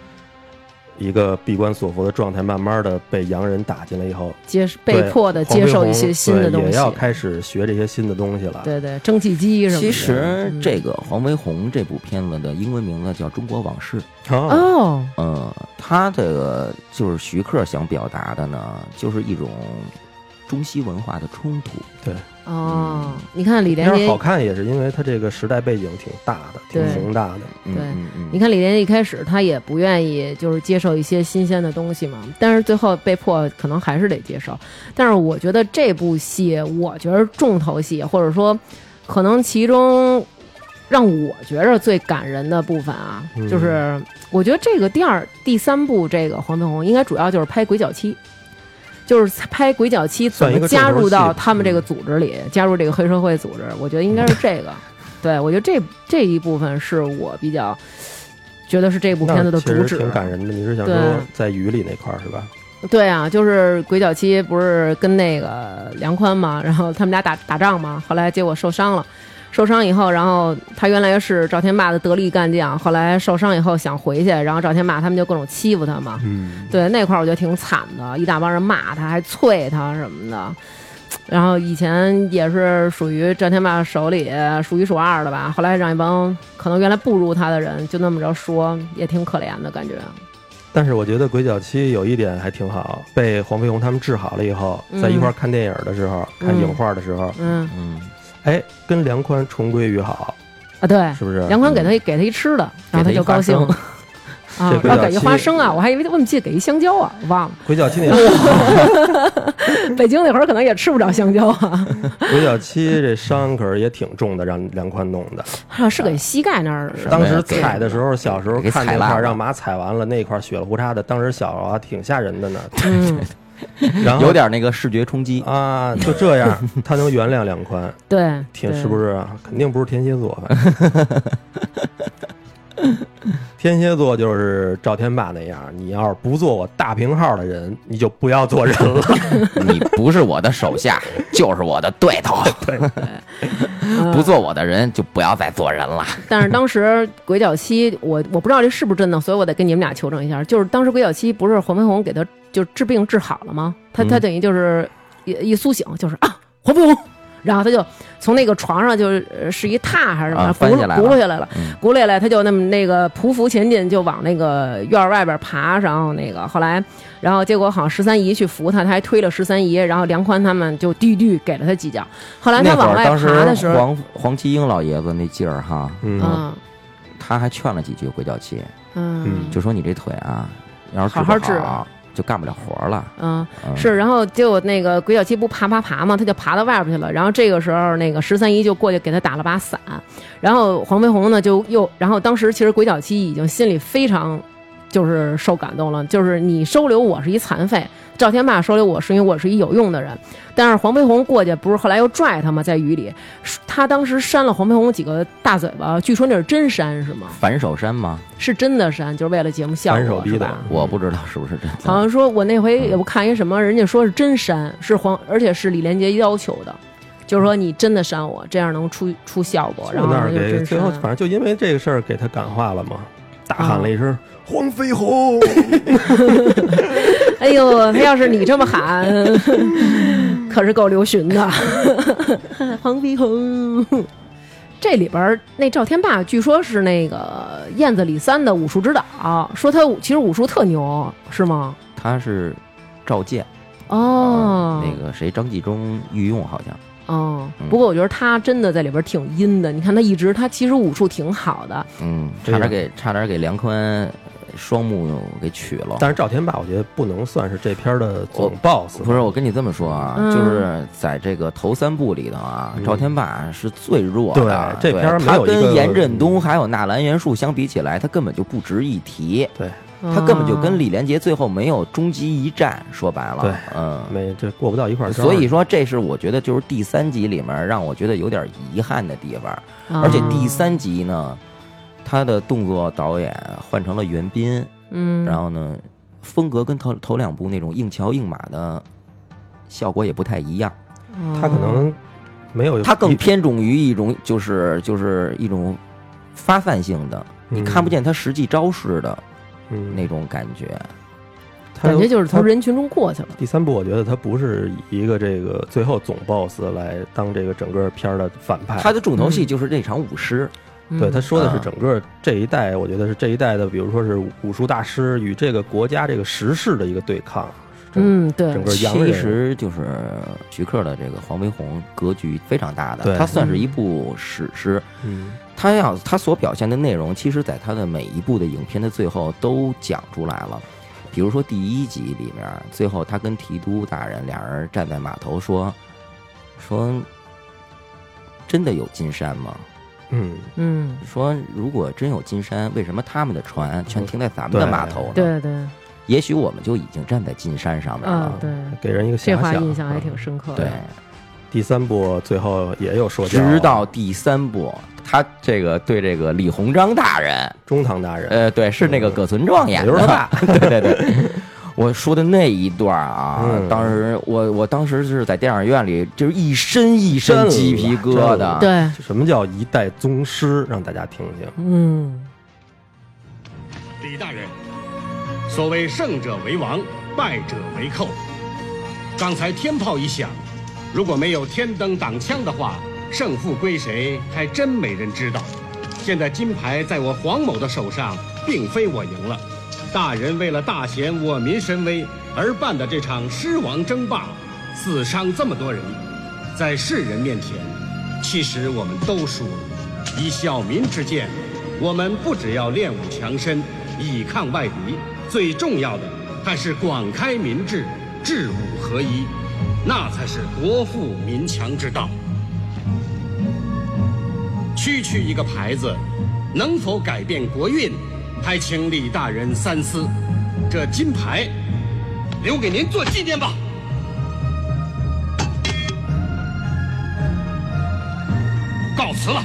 S3: 一个闭关锁国的状态，慢慢的被洋人打进来以后，
S1: 接被
S3: 对
S1: 迫的接受一些新的
S3: 对
S1: 东
S3: 也
S1: 西，
S3: 要开始学这些新的东西了。
S1: 对对，蒸汽机什么的。
S2: 其实
S1: 嗯
S2: 这个黄飞鸿这部片子的英文名字叫《中国往事》。
S3: 哦，
S1: 哦，
S2: 嗯，他这个就是徐克想表达的呢，就是一种中西文化的冲突。
S1: 哦，你看李连
S3: 片儿
S1: 杰
S3: 好，看也是因为它这个时代背景挺大的，挺
S1: 对
S3: 宏大的。
S2: 嗯
S1: 对
S2: 嗯嗯，
S1: 你看李连杰一开始他也不愿意就是接受一些新鲜的东西嘛，但是最后被迫可能还是得接受。但是我觉得这部戏，我觉得重头戏或者说可能其中让我觉着最感人的部分啊，
S3: 嗯
S1: 就是我觉得这个第二、第三部这个黄飞鸿应该主要就是拍《鬼脚七》，就是拍《鬼脚七》怎
S3: 算一
S1: 么
S3: 个
S1: 加入
S3: 重头
S1: 到
S3: 戏嗯
S1: 他们这个组织里，加入这个黑社会组织，我觉得应该是这个。对，我觉得这这一部分是我比较觉得是这部
S3: 那
S1: 片子的
S3: 其
S1: 主
S3: 实
S1: 旨。
S3: 挺感人的。你是想
S1: 啊对
S3: 说在雨里那块儿是吧？
S1: 对啊，就是鬼脚七不是跟那个梁宽嘛，然后他们俩打打仗嘛，后来结果受伤了，受伤以后，然后他原来是赵天霸的得力干将，后来受伤以后想回去，然后赵天霸他们就各种欺负他嘛，
S3: 嗯，
S1: 对那块儿我觉得挺惨的，一大帮人骂他，还啐他什么的。然后以前也是属于赵天霸手里数一数二的吧，后来让一帮可能原来不如他的人就那么着说，也挺可怜的感觉。
S3: 但是我觉得《鬼脚七》有一点还挺好，被黄飞鸿他们治好了以后，
S1: 嗯
S3: 在一块儿看电影的时候，看影画的时候，
S1: 嗯
S2: 嗯，
S3: 哎，跟梁宽重归于好，
S1: 啊，对，
S3: 是不是？
S1: 梁宽给他给他一吃的，然后他就高兴
S2: 给他一花
S1: 啊
S3: 这，鬼
S1: 要
S3: 脚
S1: 给一
S3: 七
S1: 花生啊，我还以为他我怎么记得给一香蕉啊，我忘了。
S3: 鬼脚
S1: (laughs)
S3: 七那
S1: 北京那会儿可能也吃不着香蕉啊， (laughs)
S3: 鬼脚七这伤可是也挺重的，让梁宽弄的。
S1: 啊是给膝盖那儿。
S2: 是
S3: 当时踩的时候，小时候
S2: 给
S3: 看那
S2: 踩
S3: 块
S2: 烂
S3: 儿
S2: 了
S3: 让马踩完了，那块儿血了胡叉的，当时小啊挺吓人的呢。
S1: 嗯，
S3: (laughs) 然后
S2: 有点那个视觉
S1: (laughs)
S2: 冲击，
S3: 啊，就这样，他能原谅梁宽，
S1: 对，
S3: 挺
S1: 对
S3: 是不？是啊？肯定不是天蝎座。
S2: (laughs)
S3: 反正天蝎座就是赵天霸那样，你要是不做我大平号的人，你就不要做人
S1: (laughs)
S3: 了。
S2: 你不是我的手下，就是我的对头，
S1: 嗯
S2: 不做我的人就不要再做人了。
S1: 但是当时鬼脚七，我我不知道这是不是真的，所以我得跟你们俩求证一下。就是当时鬼脚七不是黄飞鸿给他就治病治好了吗？他他
S3: 嗯
S1: 等于就是一一苏醒，就是啊黄飞鸿，然后他就从那个床上就是呃是一榻还是什么
S2: 啊
S1: 轱
S2: 翻
S1: 辘
S2: 下来
S1: 轱
S2: 了
S1: 辘下来了，
S2: 嗯
S1: 轱辘下来他就那么那个匍匐前进，就往那个院儿外边爬，然后那个后来，然后结果好像十三姨去扶他，他还推了十三姨，然后梁宽他们就滴滴给了他几脚。后来他
S2: 那会
S1: 往
S2: 儿
S1: 外
S2: 当
S1: 爬
S2: 时
S1: 的时候，
S2: 黄黄七英老爷子那劲儿哈，
S3: 嗯，
S1: 嗯
S2: 他还劝了几句鬼脚七，
S1: 嗯
S2: 就说你这腿啊，要是
S1: 好
S2: 不
S1: 好
S2: 好
S1: 治
S2: 就干不了活儿了。
S1: 嗯。
S2: 嗯
S1: 是，然后结果那个鬼脚七不爬爬爬嘛，他就爬到外边去了。然后这个时候，那个十三姨就过去给他打了把伞，然后黄飞鸿呢就又，然后当时其实鬼脚七已经心里非常就是受感动了，就是你收留我是一残废，赵天霸收留我是因为我是一有用的人，但是黄飞鸿过去不是后来又拽他吗？在雨里，他当时扇了黄飞鸿几个大嘴巴，据说那是真扇是吗？
S2: 反手扇吗？
S1: 是真的扇，就是为了节目效
S3: 反手
S1: 果
S3: 逼
S1: 是
S3: 的
S1: 吧？
S2: 我不知道是不是真
S1: 好
S2: 的。
S1: 像说我那回
S2: 嗯
S1: 也不看一什么，人家说是真删，是黄，而且是李连杰要求的，就是说你真的删我，这样能出出效果，然
S3: 就
S1: 后
S3: 那儿
S1: 就
S3: 给
S1: 真
S3: 最后，反
S1: 删。
S3: 正就因为这个事儿给他感化了嘛，大喊了一
S1: 啊
S3: 声“黄飞
S1: (laughs)
S3: 鸿
S1: 哎呦，他要是你这么喊， (laughs) 可是够刘询的， (laughs) 黄飞鸿。这里边儿那赵天霸据说是那个燕子李三的武术指导，说他武其实武术特牛，是吗？
S2: 他是赵健
S1: 哦，
S2: 那个谁张纪中御用好像，
S1: 哦，
S2: 嗯
S1: 不过我觉得他真的在里边挺阴的。你看他一直，他其实武术挺好的，
S2: 嗯，
S3: 对
S2: 差
S3: 呀
S2: 点给差点给梁宽双目给取”，了。
S3: 但是赵天霸我觉得不能算是这片儿的总 boss，
S2: 不是，我跟你这么说啊，
S1: 嗯
S2: 就是在这个头三部里头啊，
S3: 嗯
S2: 赵天霸是最弱的。对，
S3: 对这片儿没
S2: 他
S3: 有一个
S2: 跟严振东还有纳兰元树相比起来，他根本就不值一提，
S3: 对，
S1: 嗯
S2: 他根本就跟
S1: 李
S2: 李连杰最后没有终极一战。说白了，
S3: 对
S2: 嗯。
S3: 没这过不到一块儿招儿。
S2: 所以说，这是我觉得就是第三集里面让我觉得有点遗憾的地方，
S1: 嗯
S2: 而且第，三集呢，他的动作导演换成了袁彬，
S1: 嗯，
S2: 然后呢，风格跟头头两部那种硬桥硬马的效果也不太一样，
S1: 嗯
S3: 他可能没有，
S2: 它更偏重于一种就是就是一种发散性的，你看不见他实际招式的
S3: 嗯
S2: 那种感觉。
S3: 他
S1: 感觉就是
S3: 他
S1: 从人群中过去了。
S3: 第三部，我觉得他不是以一个这个最后总 boss 来当这个整个片儿的反派，
S2: 他的重头戏就是那场舞狮，
S3: 对他
S1: 嗯
S3: 说的是
S2: 嗯
S3: 整个这一代，我觉得是这一代的，比如说是武术大师与这个国家这个时事的一个对抗。是整，
S1: 嗯，对
S3: 整，个洋
S2: 其
S3: 人
S2: 实就是徐克的这个《黄飞鸿》格局非常大
S3: 对
S2: 的，它算是一部史诗。
S3: 嗯，
S2: 他要他所表现的内容，其实在他的每一部的影片的最后都讲出来了。比如说第一集里面，最后他跟提督大人俩人站在码头说说，真的有金山吗？
S3: 嗯，
S1: 嗯，
S2: 说如果真有金山，为什么他们的船全停在咱们的码头呢？，
S3: 嗯
S1: 对对，
S2: 也许我们就已经站在金山上面
S1: 嗯
S2: 了。
S1: 对，
S3: 给人一个
S1: 这
S3: 遐
S1: 话
S3: 想。啊嗯
S1: 印象还挺深刻的。
S2: 对，
S3: 第三部最后也有说教，
S2: 直到第三部，他这个对这个李鸿章大人，
S3: 中堂大人，
S2: 呃 (laughs)
S3: 嗯
S2: 呃，对，是那个葛存壮演
S3: 也就
S2: 的，
S3: 是他
S2: 对对对。我说的那一段啊，
S3: 嗯
S2: 当时我我当时是在电影院里，就是一身一身
S3: 震
S2: 鸡
S3: 了
S2: 皮
S3: 震
S2: 疙
S3: 了
S2: 瘩。
S1: 对，
S3: 什么叫一代宗师？让大家听听。
S1: 嗯，
S6: 李大人，所谓胜者为王，败者为寇。刚才天炮一响，如果没有天灯挡枪的话，胜负归谁还真没人知道。现在金牌在我黄某的手上，并非我赢了。大人为了大显我民神威而办的这场狮王争霸，死伤这么多人，在世人面前，其实我们都输了。以小民之见，我们不只要练武强身，以抗外敌，最重要的还是广开民智，治武合一，那才是国富民强之道。区区一个牌子，能否改变国运，还请李大人三思。这金牌，留给您做纪念吧。告辞了。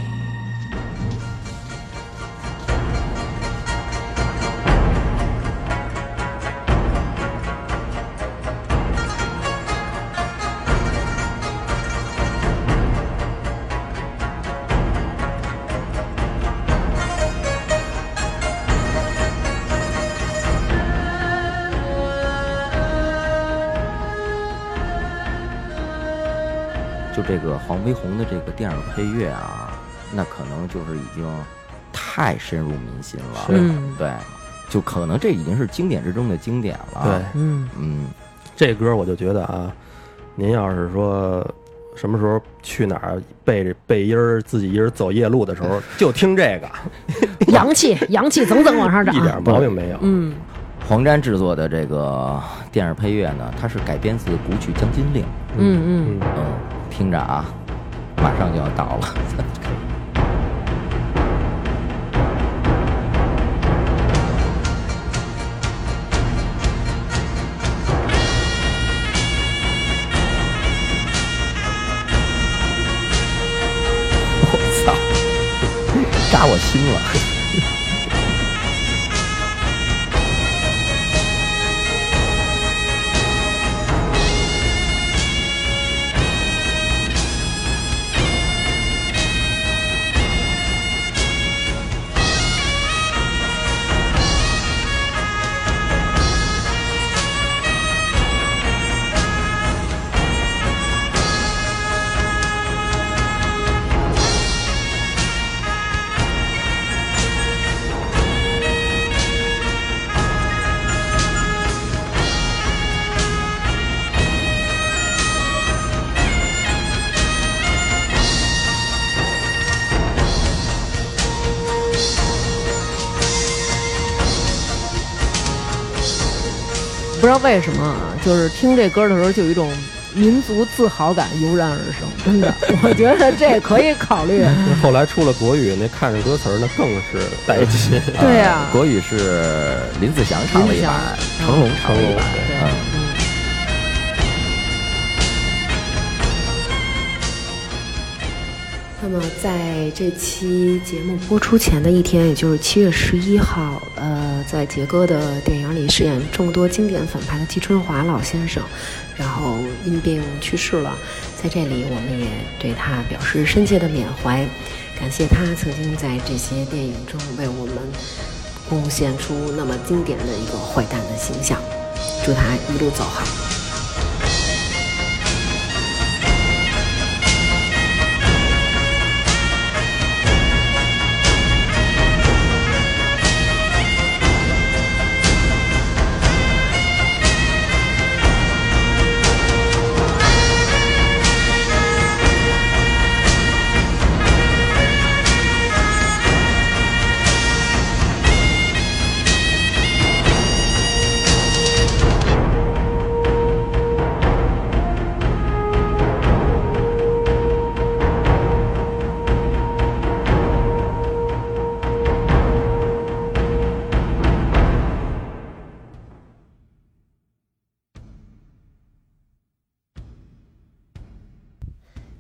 S2: 就这个黄飞鸿的这个电影配乐啊，那可能就是已经太深入民心了。
S3: 是
S1: 嗯
S2: 对，就可能这已经是经典之中的经典了。
S3: 对，， (laughs)
S1: 嗯，
S2: 嗯，
S3: 啊这歌我就觉得啊，您要是说什么时候去哪儿背着背音儿自己一人走夜路的时候，就听
S1: (laughs)
S3: 这个，
S1: 阳气阳气蹭蹭往上涨，
S3: 一点毛病没有。
S1: 啊嗯，
S2: 黄沾制作的这个电影配乐呢，它是改编自古曲《将军令》。
S1: 嗯嗯，
S2: 嗯，听着啊，马上就要到了。我操，扎我心了。
S1: 不知道为什么啊，就是听这歌的时候就有一种民族自豪感油然而生，真
S3: (laughs)
S1: 的，我觉得这可以考虑。
S3: 后来出了国语，那看着歌词儿那更是带劲。
S1: 对呀
S2: 呃国语是林子祥唱了一版，
S1: 林子祥
S2: 成龙唱了一版
S3: 成龙。
S1: 对，
S2: 嗯。
S1: 嗯
S7: 那么，在这期节目播出前的一天，也就是七月十一号，呃，在杰哥的电影里饰演众多经典反派的季春华老先生，然后因病去世了。在这里，我们也对他表示深切的缅怀，感谢他曾经在这些电影中为我们贡献出那么经典的一个坏蛋的形象。祝他一路走好。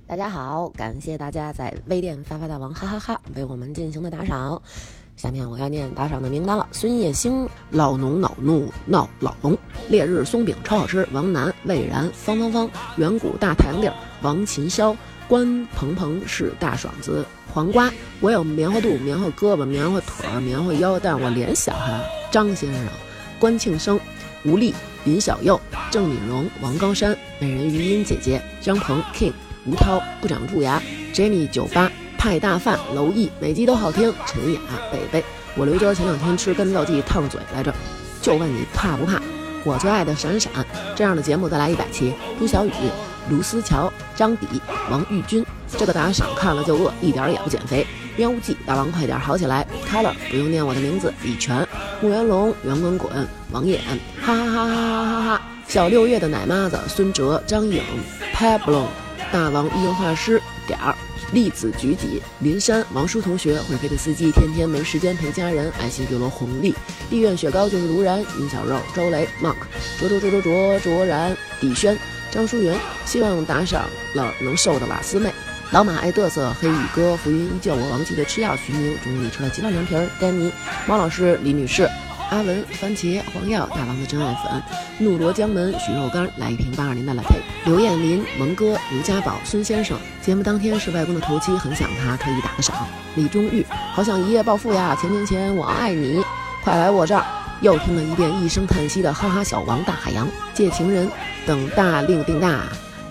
S8: 大家好，感谢大家在微店发发大王哈哈哈为我们进行的打赏。
S7: 下面我要念打赏的名单了：孙叶星、老农、恼怒、闹老农、烈日松饼超好吃、王楠、魏然、方方方、远古大太阳地儿、王琴霄、关鹏鹏是大爽子、黄瓜。我有棉花肚、棉花胳膊、棉花腿儿、棉花腰，但我脸小哈、张先生、关庆生、吴力、尹小佑、郑敏荣、王高山、美人鱼音姐姐、张鹏、King、吴涛、不长蛀牙、Jenny 酒吧、派大饭、娄毅，每集都好听。陈雅、北北，我刘娟前两天吃干燥剂烫嘴来着，就问你怕不怕？我最爱的闪闪，这样的节目再来一百期。朱小雨、卢思乔、张迪、王玉军，这个打赏看了就饿，一点儿也不减肥。喵记，大王快点好起来。Color 不用念我的名字，李泉、穆元龙、圆滚滚、王衍，哈哈哈哈哈哈哈哈！小六月的奶妈子、孙哲、张颖、Pablo、大王医用画师点儿。栗子菊己、林山、王叔同学、会飞的司机，天天没时间陪家人，爱心给了红利，地院雪糕就是卢然、尹小肉、周雷、Monk、卓卓卓卓卓卓然、李轩、张淑云，希望打赏了能瘦的瓦斯妹。老马爱嘚瑟，黑羽哥，浮云依旧，我忘记的吃药，徐明，中午里吃了鸡蛋凉皮儿，丹尼，猫老师，李女士，阿文，番茄，黄药，大王的真爱粉，怒罗江门，许肉干，来一瓶八二零的 latte，刘艳林，蒙哥，刘家宝，孙先生。节目当天是外公的头七，很想他，可以打个赏。李忠玉，好想一夜暴富呀！钱钱钱，我爱你，快来我这儿。又听了一遍一声叹息的哈哈小王大海洋，借情人，等大令定大，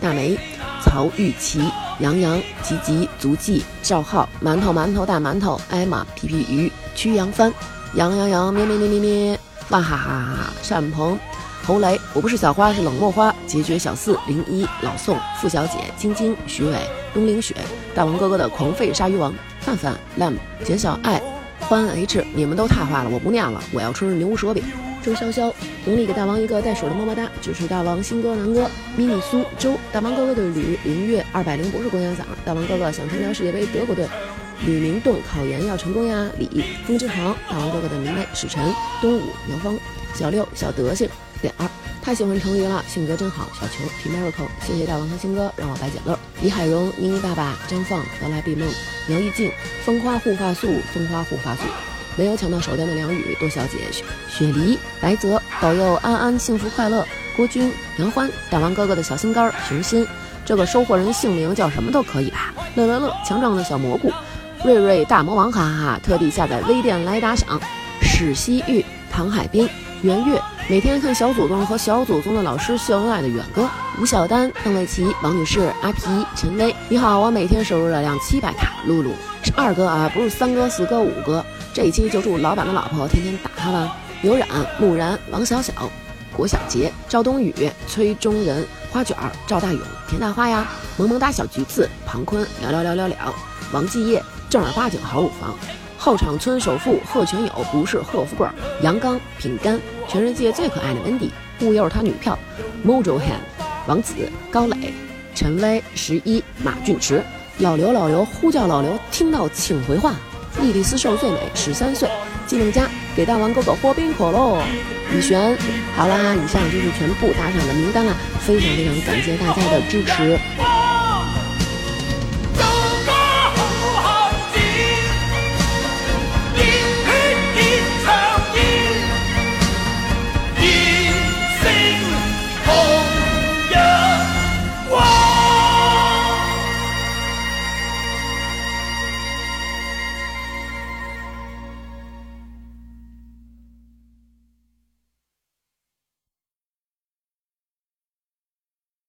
S7: 大梅，曹玉琪，杨洋，吉吉，足迹，赵浩，馒头馒头大馒头，艾玛，皮皮鱼，曲阳帆，羊羊羊，咩咩咩咩咩，哇哈哈哈哈！单鹏，侯雷，我不是小花，是冷漠花。结局小四零一，老宋，付小姐，晶晶，徐伟，冬凌雪，大王哥哥的狂吠鲨鱼王，范范，lamb，简小爱，欢 h，你们都太坏了，我不念了，我要吃牛舌饼。周潇潇，总理给大王一个带水的么么哒，支持大王新歌南哥，迷你苏周，大王哥哥的吕林月二百零不是公鸭嗓，大王哥哥想参加世界杯德国队，吕明栋考研要成功呀！李风之航，大王哥哥的迷妹史晨，东武苗芳，小六小德性点儿，太喜欢成鱼了，性格真好。小球 P Miracle，谢谢大王和新哥，让我白捡漏。李海荣、妮妮爸爸、张放、劳拉碧梦、苗艺静、风花护发素、风花护发素。没有抢到手单的梁宇、多小姐、雪雪梨、白泽，保佑安安幸福快乐。郭军、杨欢、大王哥哥的小心肝儿、熊心，这个收货人姓名叫什么都可以吧？乐乐乐，强壮的小蘑菇，瑞瑞大魔王，哈哈哈！特地下载微店来打赏。史西玉、唐海滨、袁月，每天看小祖宗和小祖宗的老师秀恩爱的远哥、吴晓丹、邓丽琪、王女士、阿皮、陈薇。你好，我每天摄入热量七百卡，露露是二哥啊，不是三哥、四哥、五哥。这一期就祝老板的老婆天天打他吧。刘冉、木然、王小小、郭小杰、赵冬雨、崔中仁、花卷儿、赵大勇、田大花呀、萌萌哒小橘子、庞坤、聊聊聊聊聊、王继业、正儿八经好乳房。后场村首富贺全友不是贺富贵儿，杨刚、品干，全世界最可爱的温迪，护佑他女票，Mojo Han，王子、高磊、陈威、十一、马俊驰，老刘老刘呼叫老刘，听到请回话，莉莉丝瘦最美，十三岁，技能家给大王哥哥喝冰可乐，李璇，好啦，以上就是全部打赏的名单啦，非常非常感谢大家的支持。